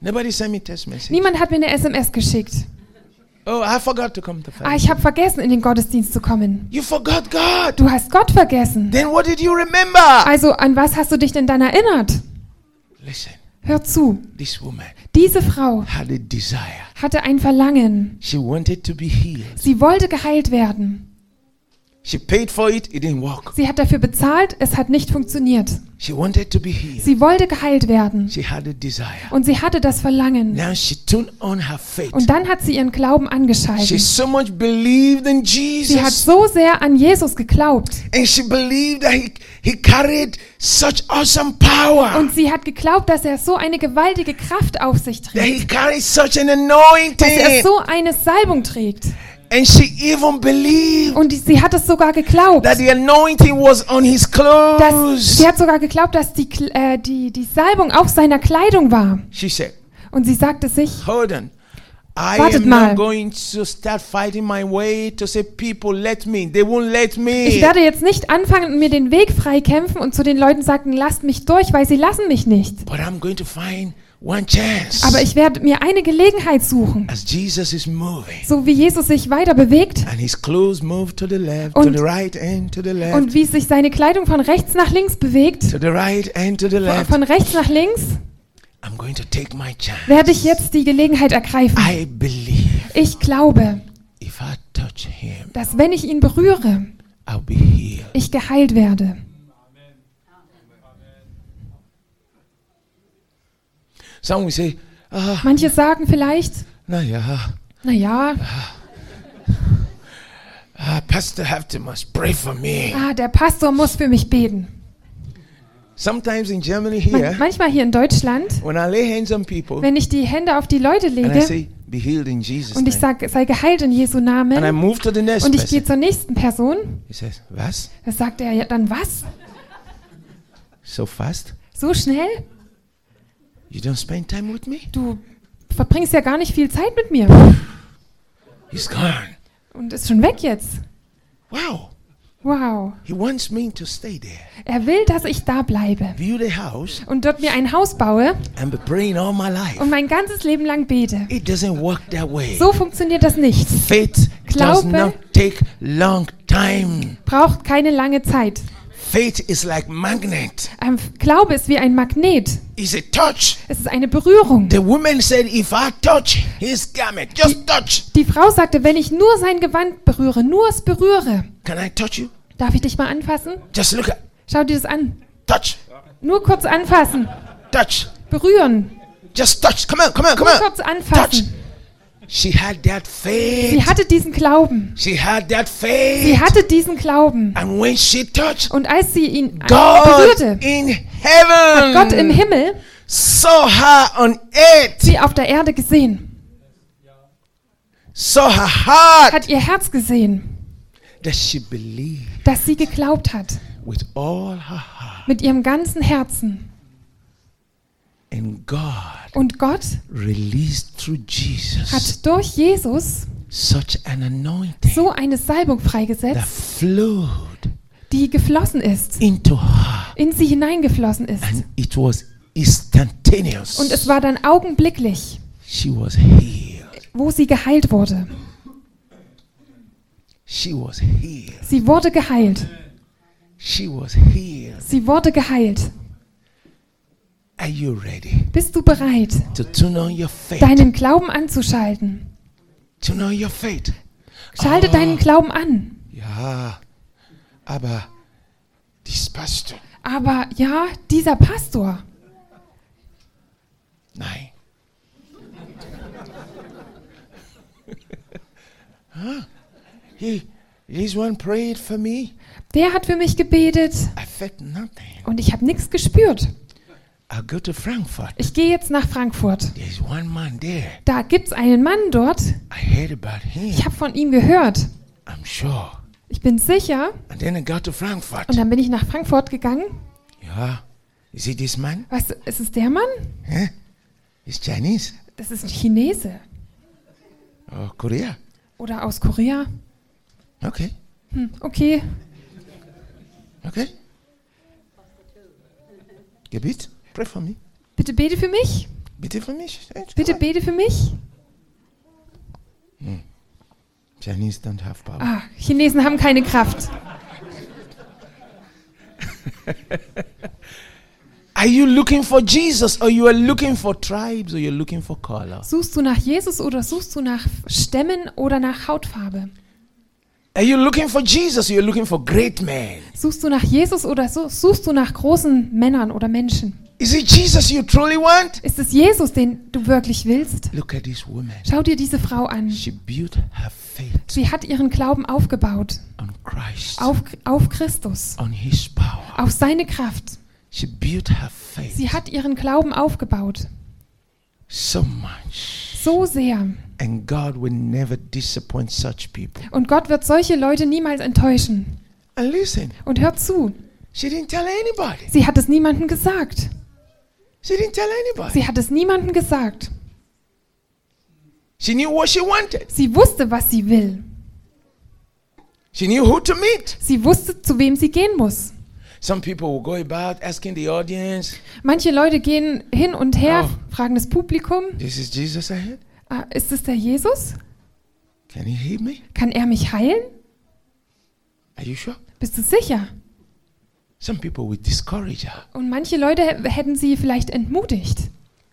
S1: Nobody sent me text message.
S2: Niemand hat mir eine SMS geschickt.
S1: Oh, I forgot to come to
S2: Ah,
S1: fellowship.
S2: ich habe vergessen, in den Gottesdienst zu kommen.
S1: You forgot God.
S2: Du hast Gott vergessen.
S1: Then what did you remember?
S2: Also, an was hast du dich denn dann erinnert?
S1: Listen,
S2: Hör zu.
S1: this woman
S2: Diese Frau
S1: had a desire.
S2: hatte ein Verlangen.
S1: She wanted to be healed.
S2: Sie wollte geheilt werden.
S1: She paid for it, it didn't work.
S2: Sie hat dafür bezahlt, es hat nicht funktioniert.
S1: She wanted to be healed.
S2: Sie wollte geheilt werden.
S1: She had a desire.
S2: Und sie hatte das Verlangen.
S1: Now she turned on her faith.
S2: Und dann hat sie ihren Glauben
S1: She
S2: angeschaltet.
S1: so much believed in
S2: Sie hat
S1: Jesus
S2: so sehr an Jesus geglaubt.
S1: and she believed that he, he carried such awesome power,
S2: Und sie hat geglaubt, dass er so eine gewaltige Kraft auf sich trägt.
S1: that he carried such an
S2: dass er
S1: anointing.
S2: so eine Salbung trägt.
S1: And she even believed
S2: Und die- sie hat es sogar geglaubt.
S1: that the anointing was on his
S2: Dass,
S1: clothes.
S2: sie hat sogar geglaubt, dass die, Kl- äh, die, die Salbung auf seiner Kleidung war.
S1: She said,
S2: Und sie sagte sich,
S1: Hold on. I
S2: Wartet
S1: am not
S2: mal.
S1: going to start fighting my way to say, people, let me. They won't let
S2: ich
S1: me.
S2: werde jetzt nicht anfangen und mir den Weg freikämpfen und zu den Leuten sagen, lasst mich durch, weil sie lassen mich nicht.
S1: But I'm going to find one chance.
S2: Aber ich werde mir eine Gelegenheit suchen,
S1: As Jesus is moving,
S2: so wie Jesus sich weiter bewegt
S1: and his clothes move to the left, to
S2: Und-
S1: the right, and to the left,
S2: und wie sich seine Kleidung von rechts nach links bewegt,
S1: to the right, and to the
S2: von,
S1: left,
S2: von rechts nach links,
S1: I'm going to take my chance.
S2: werde ich jetzt die Gelegenheit ergreifen.
S1: I believe
S2: Ich glaube,
S1: if I touch him,
S2: dass wenn ich ihn berühre,
S1: I'll be healed.
S2: ich geheilt werde.
S1: Some will say, ah,
S2: Manche sagen vielleicht,
S1: naja,
S2: naja,
S1: ah, Pastor Hafton must pray for me.
S2: ah, der Pastor muss für mich beten.
S1: Sometimes in Germany
S2: Man
S1: here,
S2: Manchmal hier in Deutschland,
S1: when I lay hands on people,
S2: wenn ich die Hände auf die Leute
S1: And I
S2: lege
S1: say, be healed in Jesus.
S2: und ich
S1: name."
S2: sage, sei geheilt in Jesu
S1: and I
S2: Namen
S1: move to the next
S2: und ich gehe
S1: person.
S2: zur nächsten Person,
S1: He says, was?
S2: da sagt er ja dann was?
S1: So fast?
S2: So schnell?
S1: You don't spend time with me?
S2: Du verbringst ja gar nicht viel Zeit mit mir
S1: He's gone.
S2: und ist schon weg jetzt.
S1: Wow.
S2: Wow,
S1: He wants me to stay there.
S2: er will, dass ich da bleibe
S1: Build a house
S2: und dort mir ein Haus baue
S1: and be praying all my life.
S2: und mein ganzes Leben lang bete.
S1: It doesn't work that way.
S2: So funktioniert das nicht.
S1: Faith does
S2: Glaube-
S1: not take long time.
S2: Braucht keine lange Zeit.
S1: Faith is like magnet.
S2: Ähm, Glaube ist wie ein Magnet.
S1: It's a touch.
S2: Es ist eine Berührung.
S1: The woman said, if I touch his garment, just touch.
S2: Die Frau sagte, wenn ich nur sein Gewand berühre, nur es berühre,
S1: Can I touch you?
S2: darf ich dich mal anfassen?
S1: Just look at.
S2: Schau dir das an.
S1: touch,
S2: Nur kurz anfassen.
S1: touch,
S2: Berühren.
S1: just touch. Come on, come on, come
S2: Nur
S1: on.
S2: kurz anfassen.
S1: She had that
S2: Sie
S1: faith.
S2: hatte diesen Glauben.
S1: She had that
S2: Sie
S1: faith.
S2: hatte diesen Glauben.
S1: And when she touched,
S2: Und als sie ihn
S1: God
S2: berührte,
S1: in
S2: Gott
S1: heaven
S2: im Himmel,
S1: saw her on earth,
S2: sie auf der Erde gesehen,
S1: saw her heart,
S2: hat ihr Herz gesehen,
S1: that she believed
S2: dass sie geglaubt hat.
S1: with all her heart.
S2: Mit ihrem ganzen Herzen.
S1: And God
S2: Und Gott
S1: released through Jesus
S2: hat durch Jesus
S1: such an anointing
S2: so eine Salbung
S1: that
S2: freigesetzt,
S1: flowed
S2: die geflossen ist,
S1: into her.
S2: in sie hineingeflossen ist.
S1: And it was instantaneous.
S2: Und es war dann augenblicklich,
S1: She was healed.
S2: wo sie geheilt wurde.
S1: She was healed.
S2: Sie wurde geheilt.
S1: She was healed.
S2: Sie wurde geheilt.
S1: Are you ready
S2: Bist du bereit,
S1: to turn on your faith?
S2: deinen Glauben anzuschalten?
S1: Turn on your faith. Ah,
S2: Schalte deinen Glauben an.
S1: Ja, aber this pastor.
S2: Aber ja, dieser Pastor,
S1: Nein. (laughs) huh? He, this one prayed for me.
S2: der hat für mich gebetet
S1: I felt nothing.
S2: und ich habe nichts gespürt.
S1: I'll go to Frankfurt.
S2: Ich gehe jetzt nach Frankfurt.
S1: There's one man there.
S2: Da gibt's einen Mann dort.
S1: I heard about him.
S2: Ich habe von ihm gehört.
S1: I'm sure.
S2: Ich bin sicher.
S1: And then I got to Frankfurt.
S2: Und dann bin ich nach Frankfurt gegangen.
S1: Ja. You see this man?
S2: Weißt du, ist es der Mann?
S1: Huh? He's Chinese.
S2: Das ist ein Chinese.
S1: Oh, Korea.
S2: Oder aus Korea.
S1: Okay.
S2: Hm, okay.
S1: Okay. Gebet. Pray for me.
S2: Bitte bete für mich.
S1: Bitte für mich.
S2: Bitte bete für mich.
S1: Chinese don't have power.
S2: Ah, Chinesen haben keine Kraft.
S1: Are you looking for Jesus or you are looking for tribes or you're looking for color?
S2: Suchst du nach Jesus oder suchst du nach Stämmen oder nach Hautfarbe?
S1: Are you looking for Jesus or you're looking for great men?
S2: Suchst du nach Jesus oder so, suchst du nach großen Männern oder Menschen?
S1: Is it Jesus you truly want?
S2: Ist es Jesus, den du wirklich willst?
S1: Look at this woman.
S2: Schau dir diese Frau an.
S1: She built her faith
S2: Sie hat ihren Glauben aufgebaut.
S1: on Christ,
S2: Auf, auf Christus.
S1: on his power.
S2: Auf seine Kraft.
S1: She built her
S2: Sie
S1: faith
S2: hat ihren Glauben aufgebaut.
S1: so much.
S2: So sehr.
S1: And God will never disappoint such people.
S2: Und Gott wird solche Leute niemals enttäuschen.
S1: And listen,
S2: Und hört zu.
S1: she didn't tell anybody.
S2: Sie hat es niemandem gesagt.
S1: She didn't tell anybody.
S2: Sie hat es niemandem gesagt.
S1: She knew what she wanted.
S2: Sie wusste, was sie will.
S1: She knew who to meet.
S2: Sie wusste, zu wem sie gehen muss.
S1: Some people will go about asking the audience,
S2: Manche Leute gehen hin und her,
S1: Oh.
S2: fragen das Publikum,
S1: This is Jesus ahead.
S2: ah, ist es der Jesus?
S1: Can you hear me?
S2: Kann er mich heilen?
S1: Are you sure?
S2: Bist du sicher?
S1: Some people will discourage her,
S2: Und manche Leute h- hätten sie vielleicht entmutigt.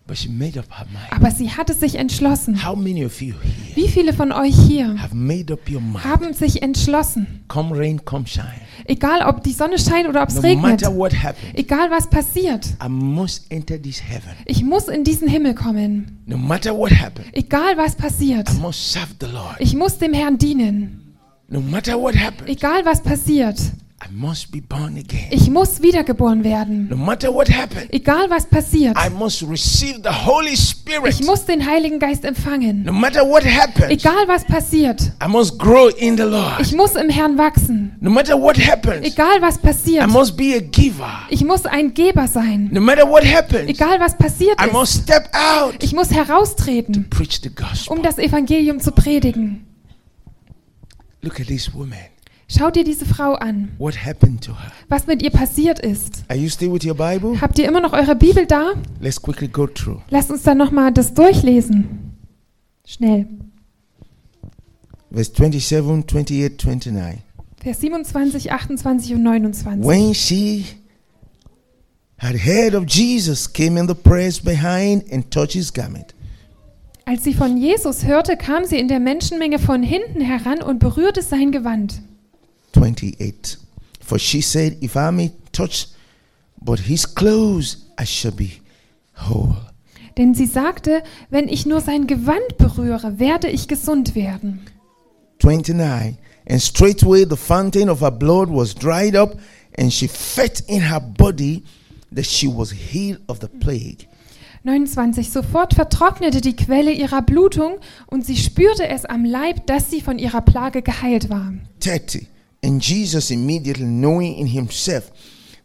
S1: but she made up her mind.
S2: Aber sie hatte sich entschlossen.
S1: How many of you here
S2: Wie viele von euch hier
S1: have made up your mind?
S2: haben sich entschlossen?
S1: Come rain, come shine.
S2: Egal, ob die Sonne scheint oder ob es
S1: No matter
S2: regnet.
S1: what happens,
S2: Egal, was passiert.
S1: I must enter this heaven.
S2: Ich muss in diesen Himmel kommen.
S1: No matter what happens,
S2: Egal, was passiert.
S1: I must serve the Lord.
S2: Ich muss dem Herrn dienen.
S1: No matter what happens,
S2: Egal, was passiert.
S1: I must be born again.
S2: Ich muss wiedergeboren werden.
S1: No matter what happens,
S2: Egal was passiert,
S1: I must receive the Holy Spirit.
S2: ich muss den Heiligen Geist empfangen.
S1: No matter what happens,
S2: Egal was passiert,
S1: I must grow in the Lord.
S2: ich muss im Herrn wachsen.
S1: No matter what happens,
S2: Egal was
S1: I
S2: passiert,
S1: must be a giver.
S2: ich muss ein Geber sein.
S1: No matter what happens,
S2: Egal was passiert
S1: I
S2: ist,
S1: must step out.
S2: ich muss heraustreten,
S1: Preach the gospel.
S2: um das Evangelium zu predigen.
S1: Look at this woman.
S2: Schau dir diese Frau an,
S1: What happened to her?
S2: was mit ihr passiert ist.
S1: Are you still with your Bible?
S2: Habt ihr immer noch eure Bibel da?
S1: Let's quickly go through.
S2: Lasst uns dann nochmal das durchlesen. Schnell.
S1: Verse 27, 28, 29.
S2: Vers 27, 28 und 29.
S1: When she had heard of Jesus, came in the press behind and touched his garment.
S2: Als sie von Jesus hörte, kam sie in der Menschenmenge von hinten heran und berührte sein Gewand.
S1: 28. For she said, If I may touch but his clothes I shall be whole.
S2: Denn sie sagte, wenn ich nur sein Gewand berühre, werde ich gesund werden.
S1: 29. And straightway the fountain of her blood was dried up, and she felt in her body that she was healed of the plague.
S2: 29. Sofort vertrocknete die Quelle ihrer Blutung und sie spürte es am Leib, dass sie von ihrer Plage geheilt war.
S1: 30. And Jesus, immediately knowing in himself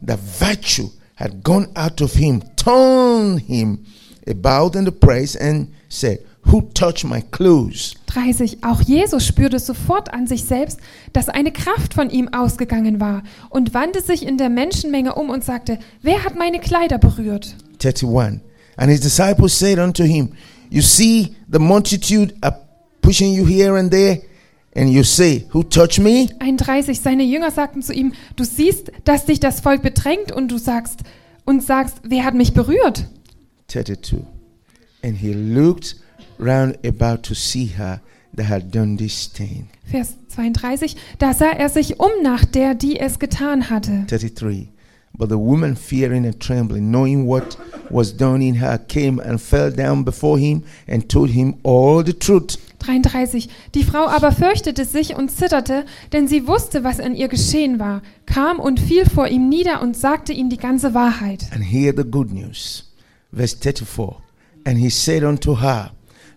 S1: that virtue had gone out of him, turned him about in the press and said, Who touched my clothes?
S2: 30. Auch Jesus spürte sofort an sich selbst, dass eine Kraft von ihm ausgegangen war und wandte sich in der Menschenmenge um und sagte, wer hat meine Kleider berührt?
S1: 31. And his disciples said unto him, You see, the multitude are pushing you here and there, and you say, Who touched me?
S2: 31. Seine Jünger sagten zu ihm, du siehst, dass dich das Volk bedrängt und du sagst, und sagst, wer hat mich berührt?
S1: 32. And he looked round about to see her that had done this thing.
S2: Vers 32. Da sah er sich um nach der, die es getan hatte.
S1: 33. But the woman, fearing and trembling, knowing what was done in her, came and fell down before him and told him all the truth.
S2: 33. Die Frau aber fürchtete sich und zitterte, denn sie wusste, was an ihr geschehen war, kam und fiel vor ihm nieder und sagte ihm die ganze Wahrheit.
S1: And hear the good news. Verse 34 And he said unto her,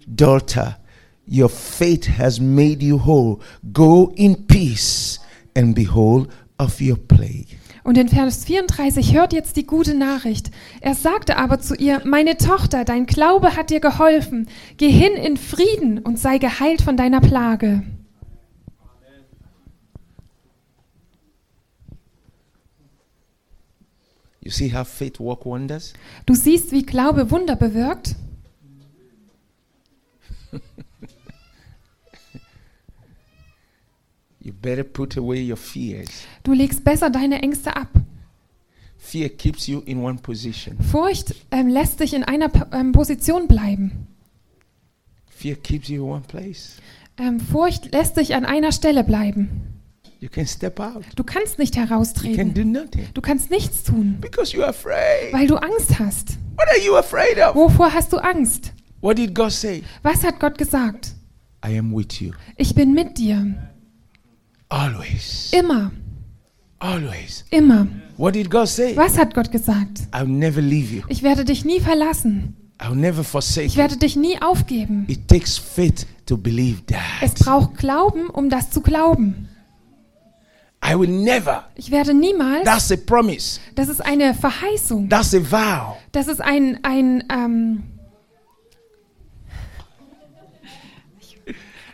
S1: Daughter, your faith has made you whole. Go in peace and be whole of your plague.
S2: Und in Vers 34 hört jetzt die gute Nachricht. Er sagte aber zu ihr, meine Tochter, dein Glaube hat dir geholfen. Geh hin in Frieden und sei geheilt von deiner Plage.
S1: You see how faith work wonders?
S2: Du siehst, wie Glaube Wunder bewirkt.
S1: You better put away your fears.
S2: Du legst besser deine Ängste ab.
S1: Fear keeps you in one position.
S2: Furcht ähm, lässt dich in einer P- ähm, Position bleiben.
S1: Fear keeps you in one place.
S2: Ähm, Furcht lässt dich an einer Stelle bleiben.
S1: You can step out.
S2: Du kannst nicht
S1: You can
S2: heraustreten.
S1: do nothing
S2: Du kannst nichts tun,
S1: because you're afraid.
S2: weil du Angst hast.
S1: What are you afraid of?
S2: Wovor hast du Angst?
S1: What did God say?
S2: Was hat Gott gesagt?
S1: I am with you
S2: Ich bin mit dir.
S1: always.
S2: Immer,
S1: Always.
S2: immer.
S1: What did God say?
S2: Was hat Gott gesagt?
S1: I'll never leave you.
S2: Ich werde dich nie verlassen.
S1: I'll never forsake
S2: Ich
S1: you.
S2: werde dich nie aufgeben.
S1: It takes faith to believe
S2: Es
S1: that.
S2: braucht Glauben, um das zu glauben.
S1: I will never.
S2: Ich werde niemals,
S1: That's a promise.
S2: das ist eine Verheißung.
S1: That's a vow.
S2: Das ist ein, ein ähm,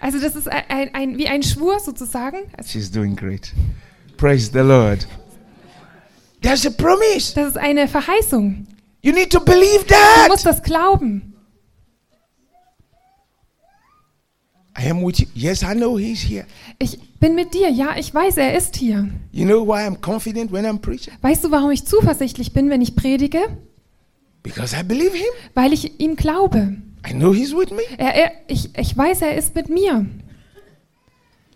S2: also das ist ein, ein, ein, wie ein Schwur sozusagen. Also
S1: She's doing great. Praise the Lord. There's a promise.
S2: Das ist eine Verheißung.
S1: You need to believe
S2: Du
S1: that.
S2: musst das glauben.
S1: I am with you. Yes, I know He's here.
S2: Ich bin mit dir. Ja, ich weiß, er ist hier.
S1: You know why I'm confident when I'm preaching?
S2: Weißt du, warum ich zuversichtlich bin, wenn ich predige?
S1: Because I believe Him.
S2: Weil ich ihm glaube.
S1: I know He's with me.
S2: Er, er, ich, ich weiß, er ist mit mir.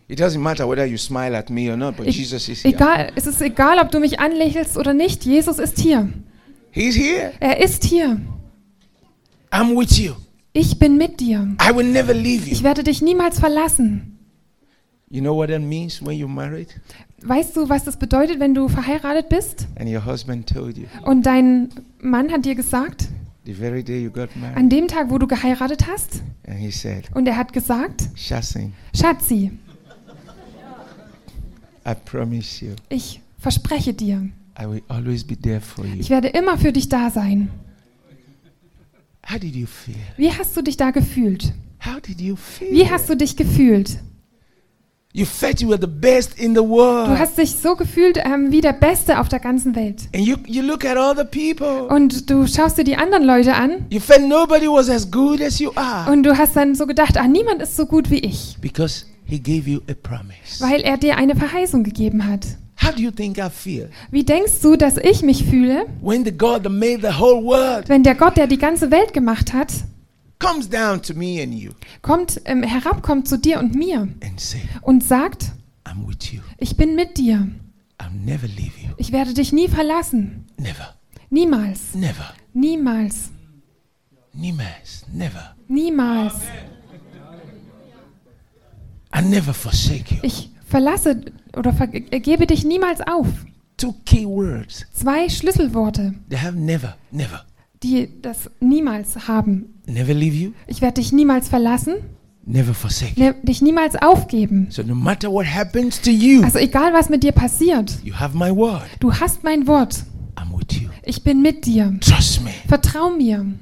S1: It doesn't matter whether you smile at me or not, but
S2: Ich,
S1: Jesus is here.
S2: egal, es ist egal, ob du mich anlächelst oder nicht. Jesus ist hier.
S1: He's here.
S2: Er ist hier.
S1: I'm with you.
S2: Ich bin mit dir.
S1: I will never leave you.
S2: Ich werde dich niemals verlassen.
S1: You know what that means when you're married
S2: Weißt du, was das bedeutet, wenn du verheiratet bist
S1: and your husband told you
S2: und dein Mann hat dir gesagt,
S1: the very day you got married,
S2: an dem Tag, wo du geheiratet hast,
S1: and he said,
S2: und er hat gesagt,
S1: Shasin,
S2: Schatzi,
S1: I promise you,
S2: ich verspreche dir,
S1: I will always be there for you.
S2: ich werde immer für dich da sein.
S1: How did you feel?
S2: Wie hast du dich da gefühlt?
S1: How did you feel?
S2: Wie hast du dich gefühlt?
S1: You felt you were the best in the
S2: Du
S1: world.
S2: hast dich so gefühlt ähm, wie der Beste auf der ganzen Welt.
S1: and you, you look at all the people.
S2: Und du schaust dir die anderen Leute an
S1: You felt nobody was as good as you are.
S2: und du hast dann so gedacht, ah, niemand ist so gut wie ich,
S1: because he gave you a promise.
S2: weil er dir eine Verheißung gegeben hat.
S1: How do you think I feel
S2: Wie denkst du, dass ich mich fühle?
S1: when the God that made the whole world
S2: Wenn der Gott, der die ganze Welt gemacht hat,
S1: comes down to me and you
S2: kommt, ähm, herabkommt zu dir und mir
S1: and say,
S2: und sagt,
S1: I'm with you.
S2: ich bin mit dir,
S1: I'll never leave you.
S2: ich werde dich nie verlassen,
S1: Never.
S2: Niemals,
S1: Never.
S2: niemals,
S1: Niemals. Never.
S2: niemals.
S1: I never forsake you.
S2: Ich verlasse oder ver gebe dich niemals auf.
S1: Two key words.
S2: Zwei Schlüsselworte,
S1: They have never, never.
S2: die das niemals haben.
S1: Never leave you,
S2: Ich werde dich niemals verlassen,
S1: never forsake you.
S2: ne- dich niemals aufgeben.
S1: So no matter what happens to you,
S2: Also egal, was mit dir passiert,
S1: you have my word.
S2: du hast mein Wort.
S1: I'm with you.
S2: Ich bin mit dir.
S1: Trust me.
S2: Vertrau mir.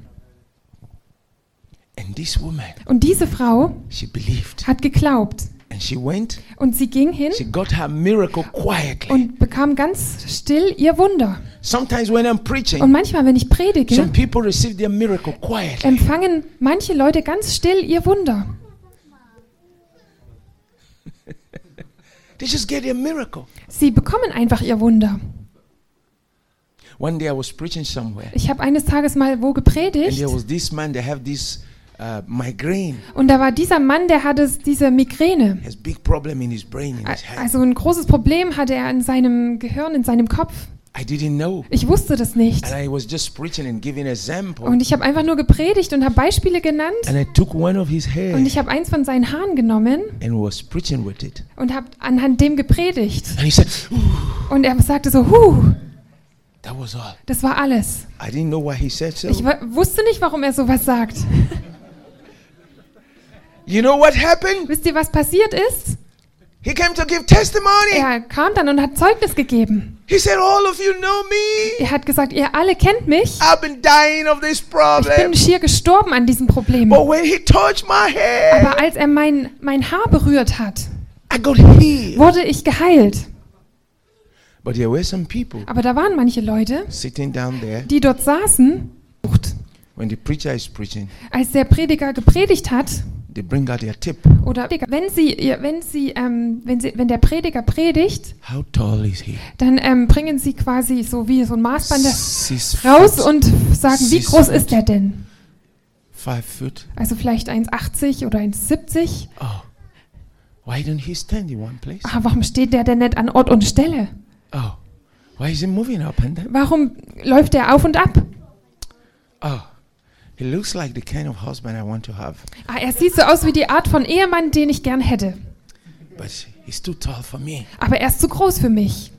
S1: And this woman,
S2: Und diese Frau
S1: she believed.
S2: hat geglaubt.
S1: And she went,
S2: Und sie ging hin
S1: she got her miracle quietly.
S2: und bekam ganz still ihr Wunder.
S1: Sometimes when I'm preaching,
S2: Und manchmal, wenn ich predige,
S1: Some people receive their miracle quietly.
S2: empfangen manche Leute ganz still ihr Wunder.
S1: They just get their miracle.
S2: Sie bekommen einfach ihr Wunder.
S1: One day I was preaching somewhere,
S2: Ich habe eines Tages mal wo
S1: and
S2: gepredigt
S1: there was this man that have this uh, migraine,
S2: und da war dieser Mann, der hatte s- diese Migräne.
S1: has big problem in his brain, in
S2: A-
S1: his head.
S2: Also ein großes Problem hatte er in seinem Gehirn, in seinem Kopf.
S1: I didn't know,
S2: Ich wusste das nicht.
S1: and I was just preaching and giving example,
S2: Und ich habe einfach nur gepredigt und habe Beispiele genannt.
S1: and I took one of his
S2: Und
S1: hairs
S2: ich habe eins von seinen Haaren genommen
S1: and was preaching with it,
S2: und habe anhand dem gepredigt.
S1: and he said, "Ooh,
S2: Und er sagte so, huh,
S1: "That was all."
S2: das war alles.
S1: I didn't know why he said so.
S2: Ich wa- wusste nicht, warum er sowas sagt.
S1: You know what happened?
S2: Wisst ihr, was passiert ist?
S1: He came to give testimony.
S2: Er kam dann und hat Zeugnis gegeben.
S1: He said, "All of you know me.
S2: Er hat gesagt, ihr alle kennt mich.
S1: I've been dying of this
S2: Ich bin
S1: problem,
S2: schier gestorben an diesem Problem.
S1: but when he touched my hair."
S2: Aber als er mein, mein Haar berührt hat,
S1: I got healed.
S2: wurde ich geheilt.
S1: But there were some people
S2: Aber da waren manche Leute,
S1: sitting down there
S2: die dort saßen.
S1: when the preacher is preaching.
S2: Als der Prediger gepredigt hat,
S1: They bring out their tip.
S2: oder wenn sie, ihr- wenn sie, ähm, wenn sie, wenn der Prediger predigt,
S1: How tall is he?
S2: dann ähm, bringen sie quasi so wie so ein Maßband
S1: Six
S2: raus
S1: foot,
S2: und sagen, wie
S1: Sie's
S2: groß
S1: gut.
S2: ist der denn?
S1: five foot.
S2: Also vielleicht 1,80 oder 1,70.
S1: Oh, why don't he stand in one place?
S2: Ah, warum steht der denn nicht an Ort und Stelle?
S1: Oh, why is he moving up and down?
S2: Warum läuft der auf und ab?
S1: Oh, he looks like the kind of husband I want to have,
S2: Ah, er sieht so aus wie die Art von Ehemann, den ich gern hätte.
S1: but he's too tall for me.
S2: Aber er ist zu groß für mich.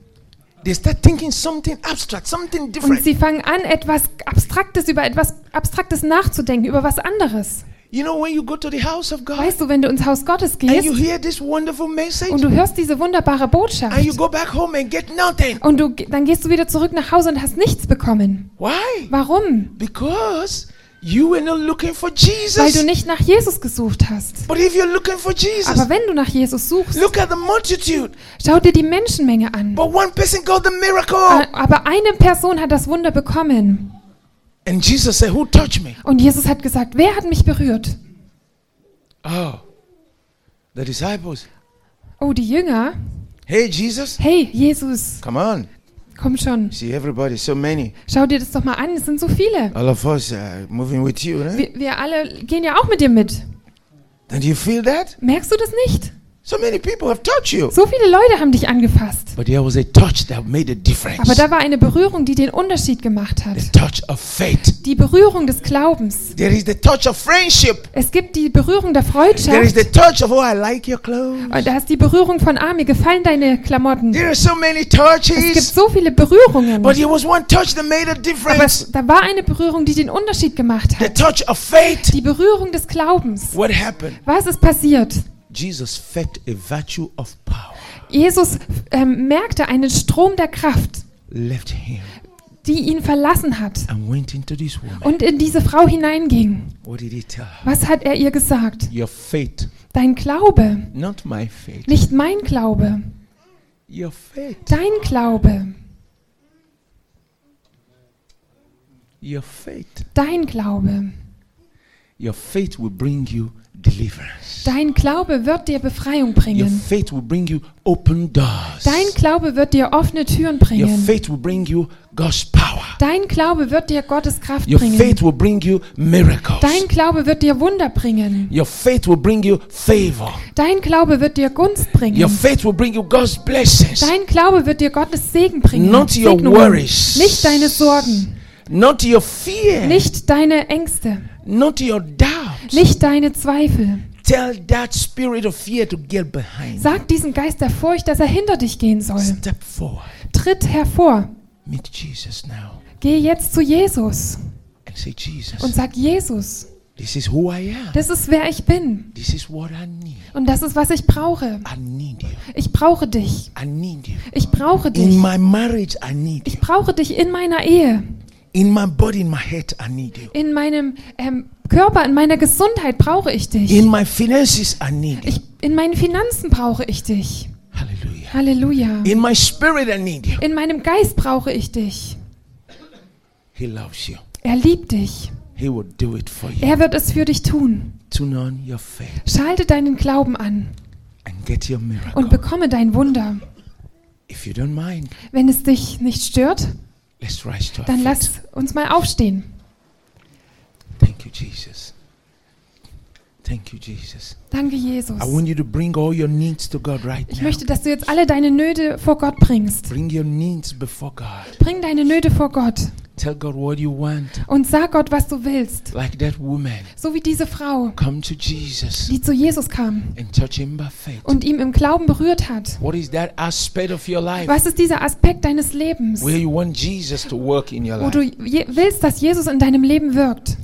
S1: They start thinking something abstract, something
S2: Und
S1: different.
S2: sie fangen an, etwas Abstraktes über etwas Abstraktes nachzudenken, über was anderes.
S1: You know, when you go to the house of God
S2: Weißt du, wenn du ins Haus Gottes
S1: and you
S2: gehst
S1: hear this wonderful
S2: und
S1: message,
S2: du hörst diese wunderbare
S1: and you
S2: Botschaft
S1: go back home and get nothing.
S2: und du, ge- dann gehst du wieder zurück nach Hause und hast nichts bekommen.
S1: Why?
S2: Warum?
S1: Because you were not looking for
S2: Weil du
S1: Jesus.
S2: nicht nach Jesus gesucht hast.
S1: But if you're looking for Jesus,
S2: Aber wenn du nach Jesus suchst,
S1: look at the multitude.
S2: schau dir die Menschenmenge an.
S1: But one person got the miracle.
S2: A- Aber eine Person hat das Wunder bekommen.
S1: And Jesus said, Who touched me?
S2: Und Jesus hat gesagt, wer hat mich berührt?
S1: Oh, the disciples.
S2: Oh, die Jünger.
S1: Hey, Jesus,
S2: Hey, Jesus,
S1: come on.
S2: komm schon.
S1: See, everybody, so many.
S2: Schau dir das doch mal an, es sind so viele.
S1: All of us are moving with you. Eh?
S2: Wir, wir alle gehen ja auch mit dir mit.
S1: Don't you feel that?
S2: Merkst du das nicht?
S1: So many people have touched you.
S2: So viele Leute haben dich angefasst.
S1: But there was a touch that made a difference
S2: Aber da war eine Berührung, die den Unterschied gemacht
S1: the
S2: hat.
S1: touch of faith.
S2: Die Berührung des Glaubens.
S1: There is the touch of friendship.
S2: Es gibt die Berührung der
S1: There is
S2: Freundschaft.
S1: the touch of, Oh, I like your clothes.
S2: Und da ist die Berührung von, ah, mir gefallen deine Klamotten.
S1: There are so many
S2: Es gibt
S1: touches.
S2: so viele Berührungen.
S1: But it was one touch that made a
S2: Aber es,
S1: difference.
S2: da war eine Berührung, die den Unterschied gemacht
S1: The
S2: hat.
S1: touch of faith.
S2: Die Berührung des Glaubens.
S1: What happened?
S2: Was ist passiert?
S1: Jesus felt a virtue of power
S2: Jesus ähm, merkte einen Strom der Kraft,
S1: left him
S2: die ihn verlassen hat
S1: and went into this woman.
S2: und in diese Frau hineinging.
S1: What did he tell her?
S2: Was hat er ihr gesagt?
S1: Your faith,
S2: Dein Glaube,
S1: not my faith.
S2: nicht mein Glaube,
S1: Your faith,
S2: dein Glaube,
S1: your faith,
S2: dein Glaube.
S1: your faith will bring you deliverance.
S2: Dein Glaube wird dir Befreiung
S1: Your
S2: bringen.
S1: faith will bring you open doors.
S2: Dein Glaube wird dir offene Türen
S1: Your
S2: bringen.
S1: faith will bring you God's power.
S2: Dein Glaube wird dir Gottes Kraft
S1: Your
S2: bringen.
S1: faith will bring you miracles.
S2: Dein Glaube wird dir Wunder bringen.
S1: Your faith will bring you favor.
S2: Dein Glaube wird dir Gunst
S1: Your
S2: bringen.
S1: faith will bring you God's blessings.
S2: Dein Glaube wird dir Gottes Segen bringen.
S1: Not your
S2: Segnungen.
S1: worries.
S2: Nicht deine Sorgen.
S1: not your fear,
S2: nicht deine Ängste,
S1: not your doubt.
S2: nicht deine Zweifel.
S1: Tell that spirit of fear to get behind.
S2: Sag diesem Geist der Furcht, dass er hinter dich gehen soll.
S1: Step forward.
S2: Tritt hervor.
S1: Meet Jesus now
S2: Geh jetzt zu Jesus
S1: and say,
S2: und
S1: Jesus,
S2: sag Jesus,
S1: this is who I am.
S2: das ist wer ich bin
S1: This is what I need.
S2: und das ist was ich brauche.
S1: I need you.
S2: Ich brauche dich.
S1: I need you.
S2: Ich brauche
S1: In
S2: dich.
S1: my marriage, I need you.
S2: Ich brauche dich in meiner Ehe,
S1: In my body, in my head, I need you.
S2: in meinem ähm, Körper, in meiner Gesundheit brauche ich dich.
S1: In my finances, I need you.
S2: Ich, in meinen Finanzen brauche ich dich.
S1: Hallelujah.
S2: Halleluja.
S1: In my spirit, I need you.
S2: In meinem Geist brauche ich dich.
S1: He loves you.
S2: Er liebt dich.
S1: He will do it for you.
S2: Er wird es für dich tun.
S1: Turn on your faith
S2: Schalte deinen Glauben an
S1: and get your
S2: und
S1: miracle.
S2: bekomme dein Wunder.
S1: If you don't mind,
S2: Wenn es dich nicht stört,
S1: let's rise to
S2: dann
S1: our feet.
S2: lass uns mal aufstehen.
S1: Thank you, Jesus. Thank you, Jesus.
S2: Danke, Jesus.
S1: I want you to bring all your needs to God right
S2: Ich
S1: now.
S2: möchte, dass du jetzt alle deine Nöte vor Gott bringst.
S1: Bring your needs before God.
S2: Bring deine Nöte vor Gott
S1: Tell God what you want.
S2: und sag Gott, was du willst.
S1: Like that woman,
S2: So wie diese Frau,
S1: come to Jesus
S2: die zu Jesus kam
S1: and touch him by faith.
S2: und ihm im Glauben berührt hat.
S1: What is that aspect of your life
S2: Was ist dieser Aspekt deines Lebens,
S1: where you want Jesus to work in your
S2: wo
S1: life?
S2: du je willst, dass Jesus in deinem Leben wirkt?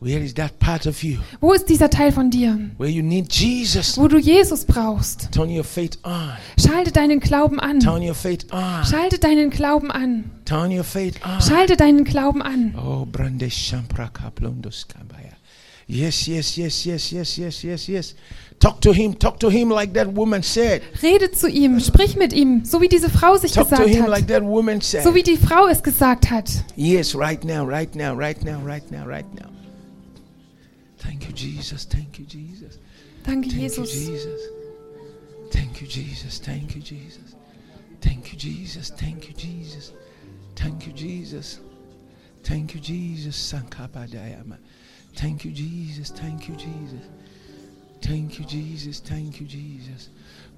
S1: Where is that part of you
S2: Wo ist dieser Teil von dir,
S1: where you need Jesus?
S2: wo du Jesus brauchst?
S1: Turn your faith on.
S2: Schalte deinen Glauben an.
S1: Turn your faith on.
S2: Schalte deinen Glauben an.
S1: Turn your faith on.
S2: Schalte deinen Glauben an.
S1: Oh, Brande Shampra Kaplondos Kabaya. Yes, yes, yes, yes, yes, yes, yes, yes. Talk to him. Talk to him like that woman said.
S2: Rede zu ihm, sprich mit ihm, so wie diese Frau sich
S1: Äh. Talk to
S2: gesagt
S1: him like
S2: hat.
S1: that woman said.
S2: So wie die Frau es gesagt hat.
S1: Yes, right now, right now, right now, right now, right now. Thank you, Jesus. Thank you, Jesus. Thank
S2: Danke,
S1: you,
S2: Jesus.
S1: Jesus. Thank you, Jesus. Thank you, Jesus. Thank you, Jesus. Thank you, Jesus. Thank you, Jesus. Thank you, Jesus. Sankapadayama. Thank you, Jesus. Thank you, Jesus. Thank you, Jesus. Thank you, Jesus.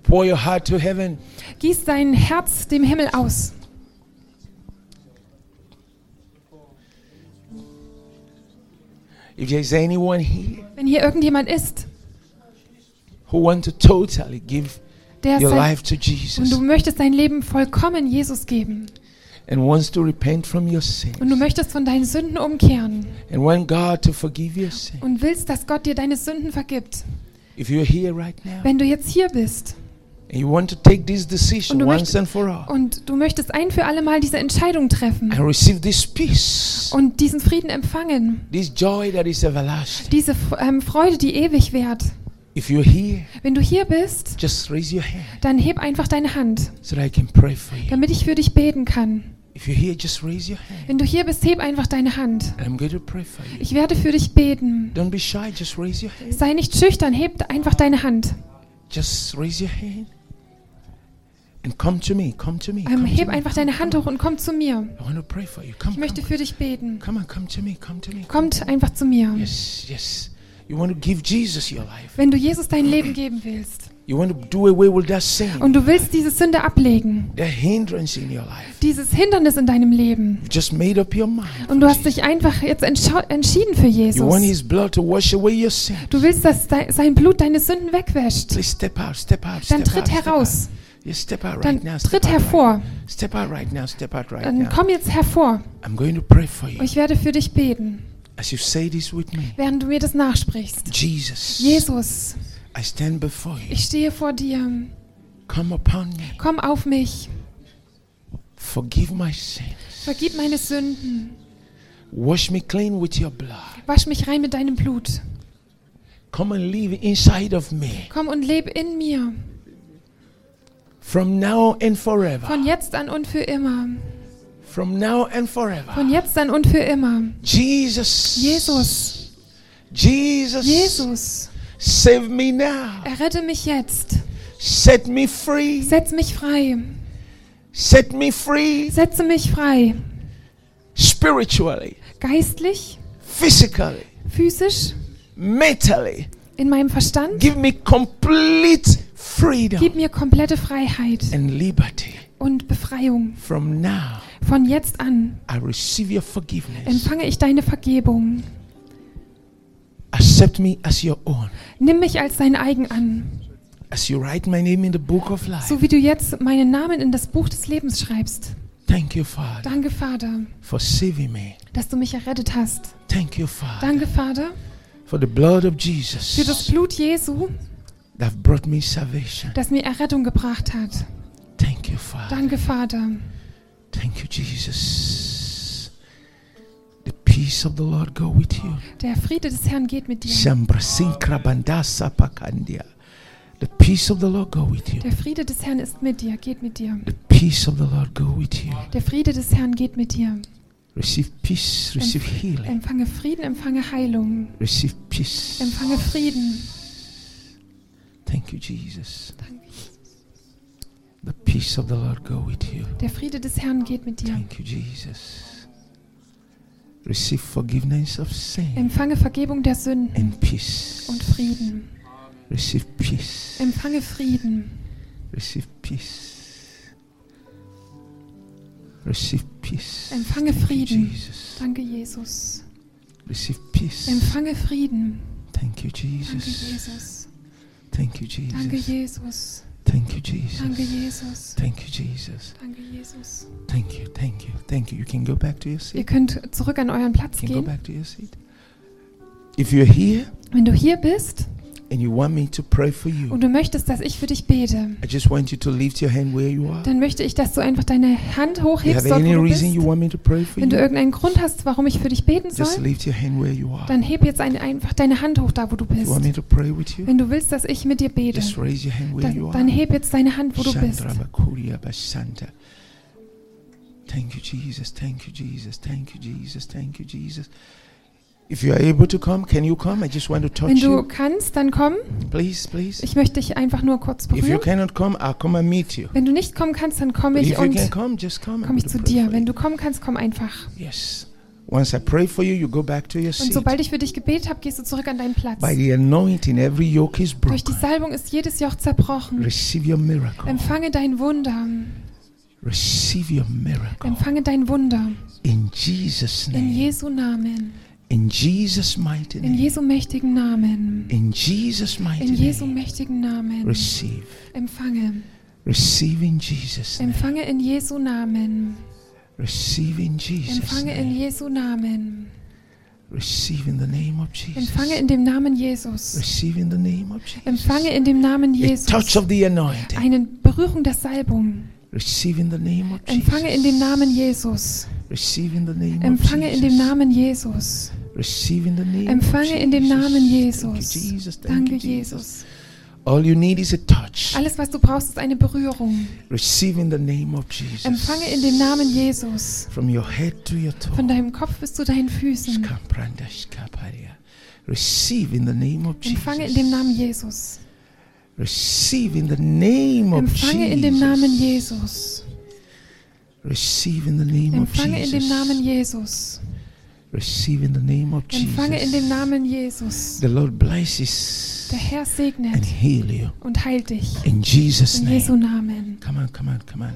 S1: Pour your heart to heaven.
S2: Gieß dein Herz dem Himmel aus.
S1: If there's anyone here
S2: Wenn hier irgendjemand ist,
S1: who wants to totally give
S2: der
S1: your
S2: sein,
S1: life to
S2: und
S1: Jesus
S2: du möchtest dein Leben vollkommen Jesus geben
S1: and wants to repent from your
S2: und du
S1: sins
S2: möchtest von deinen Sünden umkehren
S1: and want God to forgive your sins,
S2: und willst, dass Gott dir deine Sünden vergibt,
S1: if you're here right now,
S2: wenn du jetzt hier bist
S1: And you want to take this
S2: Und
S1: decision
S2: du
S1: once
S2: möchtest-
S1: and for all
S2: und du möchtest ein für alle Mal diese Entscheidung treffen
S1: and receive this peace,
S2: und diesen Frieden empfangen,
S1: this joy that is everlasting.
S2: diese F- ähm, Freude, die ewig währt.
S1: If you're here,
S2: Wenn du hier bist,
S1: just raise your hand
S2: dann heb einfach deine Hand,
S1: so that I can pray for you.
S2: damit ich für dich beten kann.
S1: If you're here, just raise your hand
S2: Wenn du hier bist, heb einfach deine Hand.
S1: and I'm going to pray for you.
S2: Ich werde für dich beten.
S1: Don't be shy, just raise your hand.
S2: Sei nicht schüchtern, heb einfach deine Hand.
S1: Just raise your hand and come to me. Come to me.
S2: Ähm,
S1: Come to
S2: heb
S1: me.
S2: einfach deine Hand hoch und komm zu mir.
S1: I want to pray for you. Come,
S2: Ich
S1: come,
S2: möchte für dich beten.
S1: come on, come to me. Come to me.
S2: Kommt einfach zu mir.
S1: Yes, yes. You want to give Jesus your life.
S2: Wenn du Jesus dein Leben geben willst
S1: You want to do away with that sin,
S2: und du willst diese Sünde ablegen,
S1: that hindrance in your life.
S2: dieses Hindernis in deinem Leben
S1: You've just made up your mind.
S2: und du
S1: for
S2: hast
S1: Jesus.
S2: dich einfach jetzt entscha- entschieden für
S1: You want
S2: Jesus.
S1: His blood to wash away your sin.
S2: Du willst, dass dei- sein Blut deine Sünden wegwäscht.
S1: Please step out, step out, step
S2: Dann tritt
S1: out. Step out.
S2: heraus.
S1: Yes, step out right
S2: Dann
S1: now. Step
S2: tritt
S1: out right
S2: hervor.
S1: now. Step out right now. Step out right
S2: Dann
S1: now.
S2: komm jetzt hervor.
S1: I'm going to pray for
S2: Und
S1: you
S2: ich werde für dich beten,
S1: as you say this with me.
S2: während du mir das nachsprichst.
S1: Jesus,
S2: Jesus,
S1: I stand before you.
S2: ich stehe vor dir.
S1: Come upon me.
S2: Komm auf mich.
S1: Forgive my sins.
S2: Vergib meine Sünden.
S1: Wash me clean with your blood.
S2: Wasch mich rein mit deinem Blut.
S1: Come and live inside of me.
S2: Komm und leb in mir.
S1: From now and forever.
S2: Von jetzt an und für immer.
S1: From now and forever.
S2: Von jetzt an und für immer.
S1: Jesus.
S2: Jesus.
S1: Jesus.
S2: Jesus,
S1: Save me now.
S2: errette mich jetzt.
S1: Set me free.
S2: Setz mich frei.
S1: Set me free
S2: Setze mich frei.
S1: spiritually,
S2: Geistlich,
S1: physically,
S2: physisch,
S1: mentally.
S2: in meinem Verstand.
S1: Give me complete
S2: Gib
S1: freedom
S2: mir komplette Freiheit
S1: and liberty
S2: und Befreiung
S1: from now
S2: Von jetzt an
S1: I receive your forgiveness.
S2: empfange ich deine Vergebung.
S1: Accept me as your own.
S2: Nimm mich als dein eigen an.
S1: As you write my name in the book of life.
S2: So wie du jetzt meinen Namen in das Buch des Lebens schreibst.
S1: Thank you, Father,
S2: Danke, Vater,
S1: for saving me.
S2: dass du mich errettet hast.
S1: Thank you, Father,
S2: Danke, Vater,
S1: for the blood of
S2: für das
S1: Jesus
S2: Blut Jesu,
S1: that brought me salvation.
S2: das mir Errettung gebracht hat.
S1: Thank you, Father.
S2: Danke, Vater.
S1: Thank you, Jesus. The peace of the Lord go with you.
S2: Der Friede des Herrn geht mit dir.
S1: Shambrasinkra bandasa pakandia. The peace of the Lord go with you.
S2: Der Friede des Herrn ist mit dir, geht mit dir.
S1: The peace of the Lord go with you.
S2: Der Friede des Herrn geht mit dir.
S1: Receive peace, receive healing,
S2: Empfange Frieden, empfange Heilung.
S1: receive peace.
S2: Empfange Frieden.
S1: Thank you, Jesus.
S2: Danke.
S1: The peace of the Lord go with you.
S2: Der Friede des Herrn geht mit dir.
S1: Thank you, Jesus. Receive forgiveness of sin
S2: Empfange Vergebung der Sünden
S1: and peace.
S2: und Frieden.
S1: Receive peace.
S2: Empfange Frieden.
S1: Receive peace. Receive peace.
S2: Empfange
S1: Thank you,
S2: Frieden.
S1: Jesus.
S2: Danke, Jesus.
S1: Receive peace.
S2: Empfange Frieden.
S1: Thank you,
S2: Danke,
S1: Jesus.
S2: Jesus.
S1: Thank you,
S2: Danke,
S1: Jesus.
S2: Jesus.
S1: Thank you, Jesus.
S2: Danke, Jesus.
S1: Thank you, Jesus.
S2: Danke, Jesus.
S1: Thank you, thank you, thank you. You can go back to your
S2: Ihr
S1: seat.
S2: könnt zurück an euren Platz
S1: You can go
S2: gehen.
S1: back to your seat. If you're here
S2: Wenn du hier bist
S1: and you want me to pray for you,
S2: und du möchtest, dass ich für dich bete,
S1: I just want you to lift your hand where you are.
S2: dann möchte ich, dass du einfach deine Hand
S1: If you have
S2: hochhebst, dort, wo
S1: any
S2: du
S1: reason
S2: bist.
S1: you want me to pray for
S2: Wenn du
S1: you,
S2: irgendeinen Grund hast, warum ich für dich beten
S1: just
S2: soll,
S1: lift your hand where you are.
S2: dann heb jetzt ein, einfach deine Hand hoch, da wo du
S1: You
S2: bist.
S1: want me to pray with you?
S2: Wenn du willst, dass ich mit dir bete,
S1: Just raise your hand where you
S2: dann,
S1: are.
S2: dann heb jetzt deine Hand, wo du bist.
S1: Shandra Bakuria Basanta. Thank you, Jesus. Thank you, Jesus. Thank you, Jesus. Thank you, Jesus. If you are able to come, can you come? I just want to touch
S2: Wenn du
S1: you.
S2: kannst, dann komm.
S1: Please, please.
S2: Ich möchte dich einfach nur kurz
S1: If you
S2: berühren.
S1: cannot come, I'll come and meet you.
S2: Wenn du nicht kommen kannst, dann komme
S1: But
S2: ich
S1: if you can
S2: und
S1: come, just come. and
S2: komme ich
S1: we'll
S2: zu
S1: pray
S2: dir.
S1: for
S2: Wenn
S1: you.
S2: du kommen kannst, komm einfach.
S1: Yes. Once I pray for you, you go back to your
S2: Und
S1: seat.
S2: sobald ich für dich gebetet habe, gehst du zurück an deinen Platz.
S1: By the anointing, every yoke is
S2: Durch die
S1: broken.
S2: Salbung ist jedes Joch zerbrochen.
S1: Receive your miracle.
S2: Empfange dein Wunder.
S1: Receive your miracle.
S2: Empfange dein Wunder.
S1: In Jesus'
S2: In
S1: name.
S2: Jesu Namen.
S1: In Jesus' mighty
S2: In
S1: name.
S2: Jesu mächtigen Namen.
S1: In Jesus' mighty
S2: In Jesu
S1: name.
S2: mächtigen Namen.
S1: Receive.
S2: Empfange.
S1: Receive in Jesus' name.
S2: Empfange in Jesu Namen.
S1: Receive in Jesus'
S2: Empfange in
S1: name.
S2: Jesu Namen.
S1: Receive in the name of
S2: Empfange
S1: Jesus.
S2: in dem Namen Jesus.
S1: Receive in the name of
S2: Empfange
S1: Jesus.
S2: in dem Namen
S1: A touch
S2: Jesus.
S1: of the anointing.
S2: Eine Berührung der Salbung.
S1: Receive in the name of Jesus.
S2: Empfange in dem Namen Jesus.
S1: Receive in the name
S2: Empfange
S1: of
S2: in
S1: Jesus.
S2: dem Namen Jesus.
S1: Receive in the name
S2: Empfange
S1: of
S2: in dem
S1: Jesus.
S2: Namen
S1: Thank you,
S2: Jesus.
S1: Jesus. Thank
S2: Danke,
S1: you, Jesus.
S2: Jesus.
S1: All you need is a touch.
S2: Alles, was du brauchst, ist eine Berührung.
S1: Receive in the name of Jesus.
S2: Empfange in dem Namen Jesus.
S1: From your head to your toe.
S2: Von deinem Kopf bis zu deinen Füßen.
S1: Skapranda, skaparia. Receive in the name of Jesus.
S2: Empfange in dem Namen Jesus.
S1: Receive in the name of
S2: Empfange
S1: Jesus.
S2: in dem Namen Jesus.
S1: Receive in the name of
S2: Empfange in
S1: Jesus.
S2: dem Namen Jesus.
S1: Receive in the name of
S2: Empfange
S1: Jesus.
S2: in dem Namen Jesus.
S1: The Lord blesses
S2: Der Herr
S1: and
S2: segnet
S1: heal you
S2: und heilt dich.
S1: in Jesus'
S2: In
S1: name.
S2: Jesu Namen.
S1: Come on, come on, come on.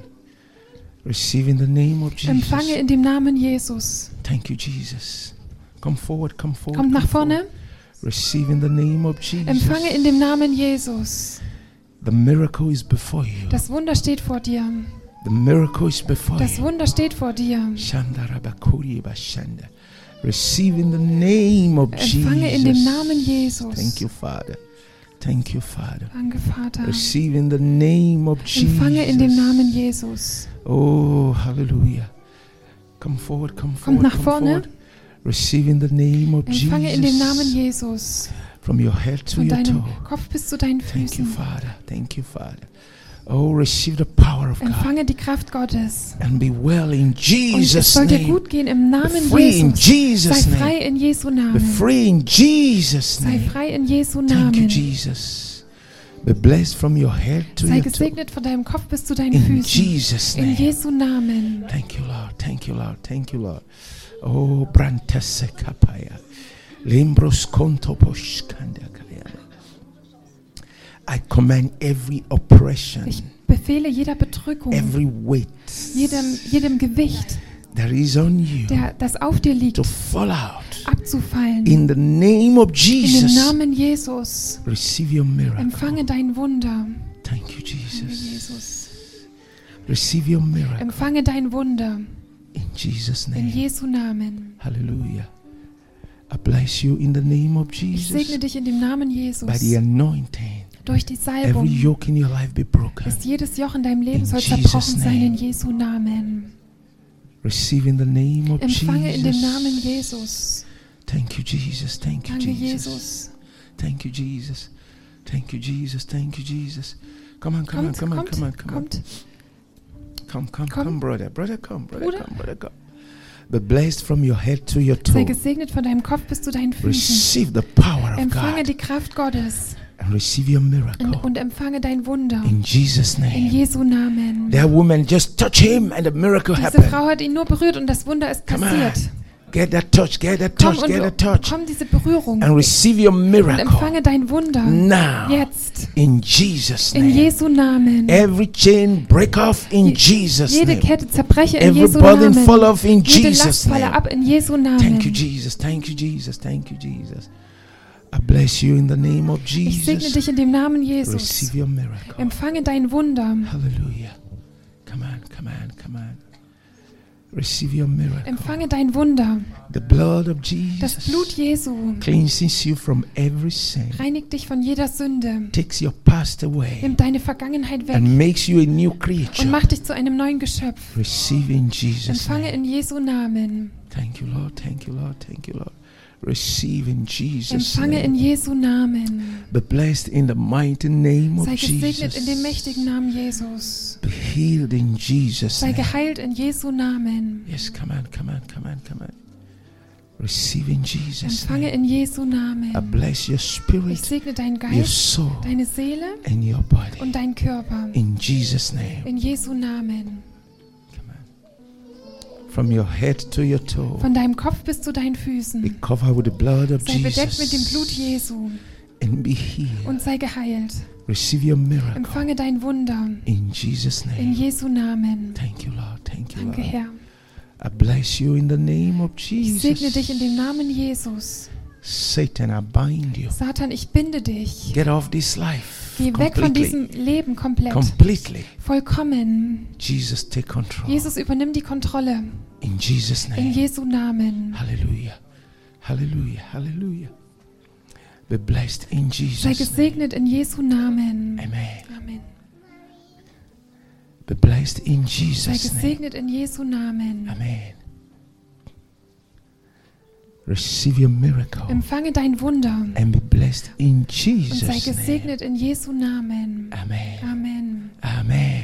S1: Receive in the name of Jesus.
S2: Empfange in dem Namen Jesus.
S1: Thank you, Jesus. Come forward, come forward.
S2: Kommt nach
S1: come forward.
S2: vorne.
S1: Receive in the name of Oh, Jesus.
S2: Empfange in dem Namen Jesus.
S1: the miracle is before you.
S2: Das Wunder steht vor dir.
S1: the miracle is before
S2: Das
S1: you.
S2: Wunder steht vor dir.
S1: Shanda rabakuri bashanda. Receive in the name of
S2: Empfange in
S1: Jesus.
S2: dem Namen
S1: Thank
S2: Jesus.
S1: you, Father. Thank you, Father.
S2: Danke, Vater.
S1: Receive in the name of Jesus.
S2: Empfange in dem Namen Jesus.
S1: Oh, hallelujah. Come forward, come forward.
S2: nach
S1: come
S2: vorne.
S1: Forward. Receive in the name of
S2: Empfange
S1: Jesus.
S2: in dem Namen Jesus.
S1: From your head to
S2: Von
S1: your
S2: deinem
S1: toe.
S2: Kopf bis zu deinen
S1: Thank you,
S2: Füßen.
S1: Father. Thank you, Father. Oh, receive the power of God
S2: Empfange die Kraft Gottes.
S1: and be well in
S2: Und es
S1: Jesus'
S2: soll dir
S1: name.
S2: gut gehen im
S1: Be
S2: Namen
S1: free in
S2: Jesus. Sei
S1: Jesus'
S2: frei
S1: name.
S2: in Jesu
S1: Be
S2: Namen.
S1: free in Jesus'
S2: Sei
S1: name.
S2: frei in Jesu
S1: Thank you,
S2: Namen.
S1: Jesus. Be blessed from your head to
S2: Sei
S1: your toe.
S2: gesegnet von deinem Kopf bis zu deinen
S1: In
S2: Füßen.
S1: Jesus'
S2: In
S1: name.
S2: Jesu Namen.
S1: Thank you, Lord. Thank you, Lord. Thank you, Lord. Oh, brantese kapaya. Limbros konto poshkanda kayama. I command every oppression
S2: Ich Befehle jeder Bedrückung,
S1: every weight
S2: jedem, jedem Gewicht,
S1: that is on you
S2: der, das auf dir liegt,
S1: to fall out.
S2: abzufallen.
S1: In the name of
S2: In dem
S1: Jesus,
S2: Namen Jesus
S1: receive your miracle.
S2: empfange dein Wunder.
S1: Thank you, Jesus.
S2: Jesus.
S1: Receive your miracle
S2: Empfange dein Wunder
S1: in Jesus'
S2: in
S1: name.
S2: Jesu Namen.
S1: Hallelujah. I bless you in the name of
S2: Ich segne
S1: Jesus.
S2: dich in dem Namen
S1: By the
S2: Jesus.
S1: anointing,
S2: Durch die
S1: every
S2: Salbung
S1: yoke in your life be broken.
S2: ist jedes Joch in deinem Leben
S1: In
S2: soll
S1: Jesus'
S2: zerbrochen sein
S1: name.
S2: in Jesu Namen.
S1: Receive in the name of
S2: Empfange in dem Namen
S1: Jesus.
S2: Jesus.
S1: Thank you, Jesus. Thank you,
S2: Danke,
S1: Jesus.
S2: Jesus.
S1: Thank you, Jesus. Thank you, Jesus. Thank you, Jesus. Come on, come on,
S2: Kommt,
S1: come on,
S2: kommt,
S1: come on, come on.
S2: kommt.
S1: Come, come,
S2: Komm.
S1: come, brother. Brother, come, brother,
S2: Bruder.
S1: come, brother, come. Be blessed from your head to your toe.
S2: Sei gesegnet von deinem Kopf bis zu deinen Füßen.
S1: Receive the power of
S2: Empfange
S1: God
S2: die Kraft Gottes
S1: and receive your
S2: und,
S1: miracle
S2: und empfange dein Wunder
S1: in Jesus'
S2: in
S1: name.
S2: Jesu Namen.
S1: That woman just touch him and the miracle
S2: Diese
S1: happened.
S2: Frau hat ihn nur berührt und das Wunder ist
S1: Come on.
S2: passiert.
S1: Get that touch, get that
S2: Komm
S1: touch,
S2: und
S1: get that touch
S2: komm diese Berührung
S1: and
S2: und
S1: receive your miracle
S2: empfange dein Wunder
S1: now
S2: jetzt
S1: in Jesus'
S2: in
S1: name.
S2: Jesu Namen.
S1: Every chain break off in
S2: Je-
S1: Jesus'
S2: Jede
S1: name.
S2: Kette zerbreche in
S1: Every
S2: Jesu
S1: burden
S2: Namen.
S1: fall off in
S2: Jede
S1: Jesus'
S2: Last falle
S1: name.
S2: ab in Jesu
S1: Thank you,
S2: Namen.
S1: Jesus. Thank you, Jesus. Thank you, Jesus. I bless you in the name of
S2: Ich segne
S1: Jesus.
S2: dich in dem Namen Jesus.
S1: Receive your miracle.
S2: Empfange dein Wunder.
S1: Hallelujah. Come on, come on, come on. Receive your miracle.
S2: Empfange dein Wunder.
S1: The blood of
S2: Das Blut
S1: Jesus
S2: Jesu
S1: cleanses you from every sin,
S2: reinigt dich von jeder Sünde.
S1: takes your past away,
S2: Nimmt deine Vergangenheit weg
S1: and makes you a new
S2: und
S1: creature.
S2: macht dich zu einem neuen Geschöpf.
S1: Receive in Jesus'
S2: Empfange
S1: name.
S2: in Jesu Namen.
S1: Thank you, Lord. Thank you, Lord. Thank you, Lord. Receive in Jesus'
S2: Empfange in
S1: name.
S2: Jesu Namen.
S1: Be blessed in the mighty name of
S2: Sei gesegnet in dem
S1: Jesus.
S2: mächtigen Namen Jesus.
S1: Be healed in Jesus'
S2: Sei
S1: name.
S2: geheilt in Jesu Namen.
S1: Yes, come on, come on, come on, come on. Receive in Jesus'
S2: Empfange
S1: name.
S2: in Jesu
S1: I
S2: Namen.
S1: bless your
S2: Ich
S1: spirit,
S2: segne deinen
S1: your
S2: Geist,
S1: soul,
S2: deine Seele
S1: and your body.
S2: und deinen Körper.
S1: In Jesus' name.
S2: In Jesu Namen.
S1: Come on. From your head to your toe.
S2: Von deinem Kopf bis zu deinen
S1: Be
S2: Füßen.
S1: covered with the blood of
S2: Sei bedeckt mit dem Blut
S1: Jesus.
S2: Jesu
S1: And be healed.
S2: und sei geheilt.
S1: Receive your miracle.
S2: Empfange dein Wunder.
S1: In Jesus'
S2: In
S1: name.
S2: Jesu Namen.
S1: Thank you, Lord. Thank you,
S2: Danke,
S1: Lord.
S2: Herr.
S1: I bless you in the name of
S2: Ich segne dich in
S1: Jesus.
S2: dem Namen Jesus.
S1: Satan, I bind you.
S2: Satan, ich binde dich.
S1: Get off this life.
S2: Geh weg von
S1: Completely.
S2: diesem Leben komplett.
S1: Completely.
S2: Vollkommen.
S1: Jesus, take control.
S2: Jesus, übernimm die Kontrolle.
S1: In Jesus'
S2: In
S1: name.
S2: Jesu Namen.
S1: Hallelujah. Hallelujah. Hallelujah. Be blessed in
S2: Sei
S1: Jesus' name.
S2: gesegnet in Jesu Namen.
S1: Amen.
S2: Amen.
S1: Be blessed in
S2: Sei
S1: Jesus' name.
S2: gesegnet in Jesu Namen.
S1: Amen. Receive your miracle
S2: Empfange dein Wunder
S1: and be blessed in
S2: und sei
S1: Jesus' name.
S2: gesegnet in Jesu Namen.
S1: Amen.
S2: Amen.
S1: Amen.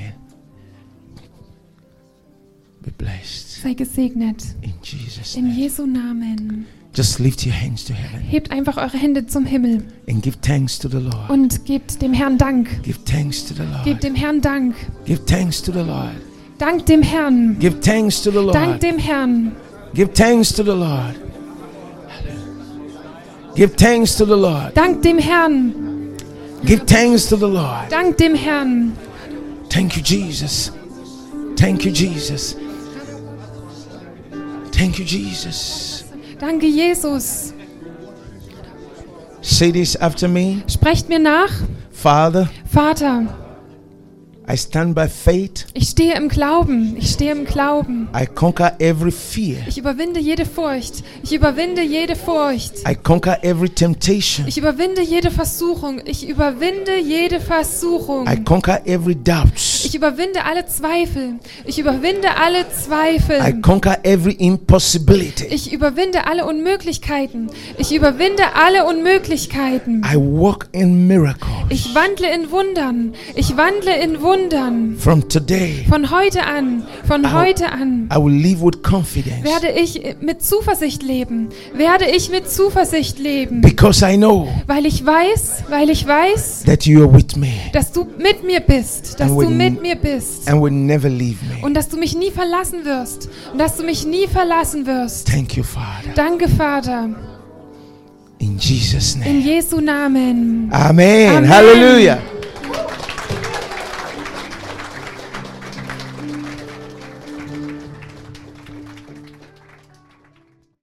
S1: Be blessed
S2: Sei gesegnet
S1: in Jesus'
S2: in
S1: name.
S2: Jesu Namen.
S1: Just lift your hands to heaven
S2: Hebt einfach eure Hände zum Himmel
S1: and give thanks to the Lord.
S2: und gebt dem Herrn Dank.
S1: Give thanks to the Lord.
S2: Gebt dem Herrn Dank.
S1: Give thanks to the Lord.
S2: Dank dem Herrn.
S1: Give thanks to the
S2: Dank
S1: Lord.
S2: dem Herrn.
S1: Give thanks to the Lord. Give thanks to the Lord.
S2: Dank dem Herrn.
S1: Give thanks to the Lord.
S2: Dank dem Herrn.
S1: Thank you, Jesus. Thank you, Jesus. Thank you, Jesus.
S2: Danke, Jesus.
S1: Say this after me
S2: Sprecht mir nach.
S1: Father,
S2: Vater,
S1: I stand by faith.
S2: ich stehe im Glauben. Ich stehe im Glauben.
S1: I conquer every fear.
S2: Ich überwinde jede Furcht. Ich überwinde jede Furcht.
S1: I conquer every temptation.
S2: Ich überwinde jede Versuchung. Ich überwinde jede Versuchung.
S1: I conquer every doubt.
S2: Ich überwinde alle Zweifel. Ich überwinde alle
S1: I
S2: Zweifel.
S1: conquer every impossibility.
S2: Ich überwinde alle Unmöglichkeiten. Ich überwinde alle Unmöglichkeiten.
S1: I walk in miracles.
S2: Ich wandle in Wundern. Ich wandle in Wundern.
S1: From today,
S2: Von heute an, von heute an
S1: I will live with confidence
S2: werde ich mit Zuversicht leben. Werde ich mit Zuversicht leben.
S1: because I know
S2: Weil ich weiß, weil ich weiß,
S1: that you are with me
S2: dass du mit mir bist, dass
S1: And
S2: du
S1: when-
S2: mit mir bist
S1: and will never leave me.
S2: und dass du mich nie verlassen wirst und dass du mich nie verlassen wirst.
S1: Thank you, Father.
S2: Danke, Vater,
S1: In Jesus'
S2: in
S1: name.
S2: Jesu Namen.
S1: Amen.
S2: Amen.
S1: Hallelujah.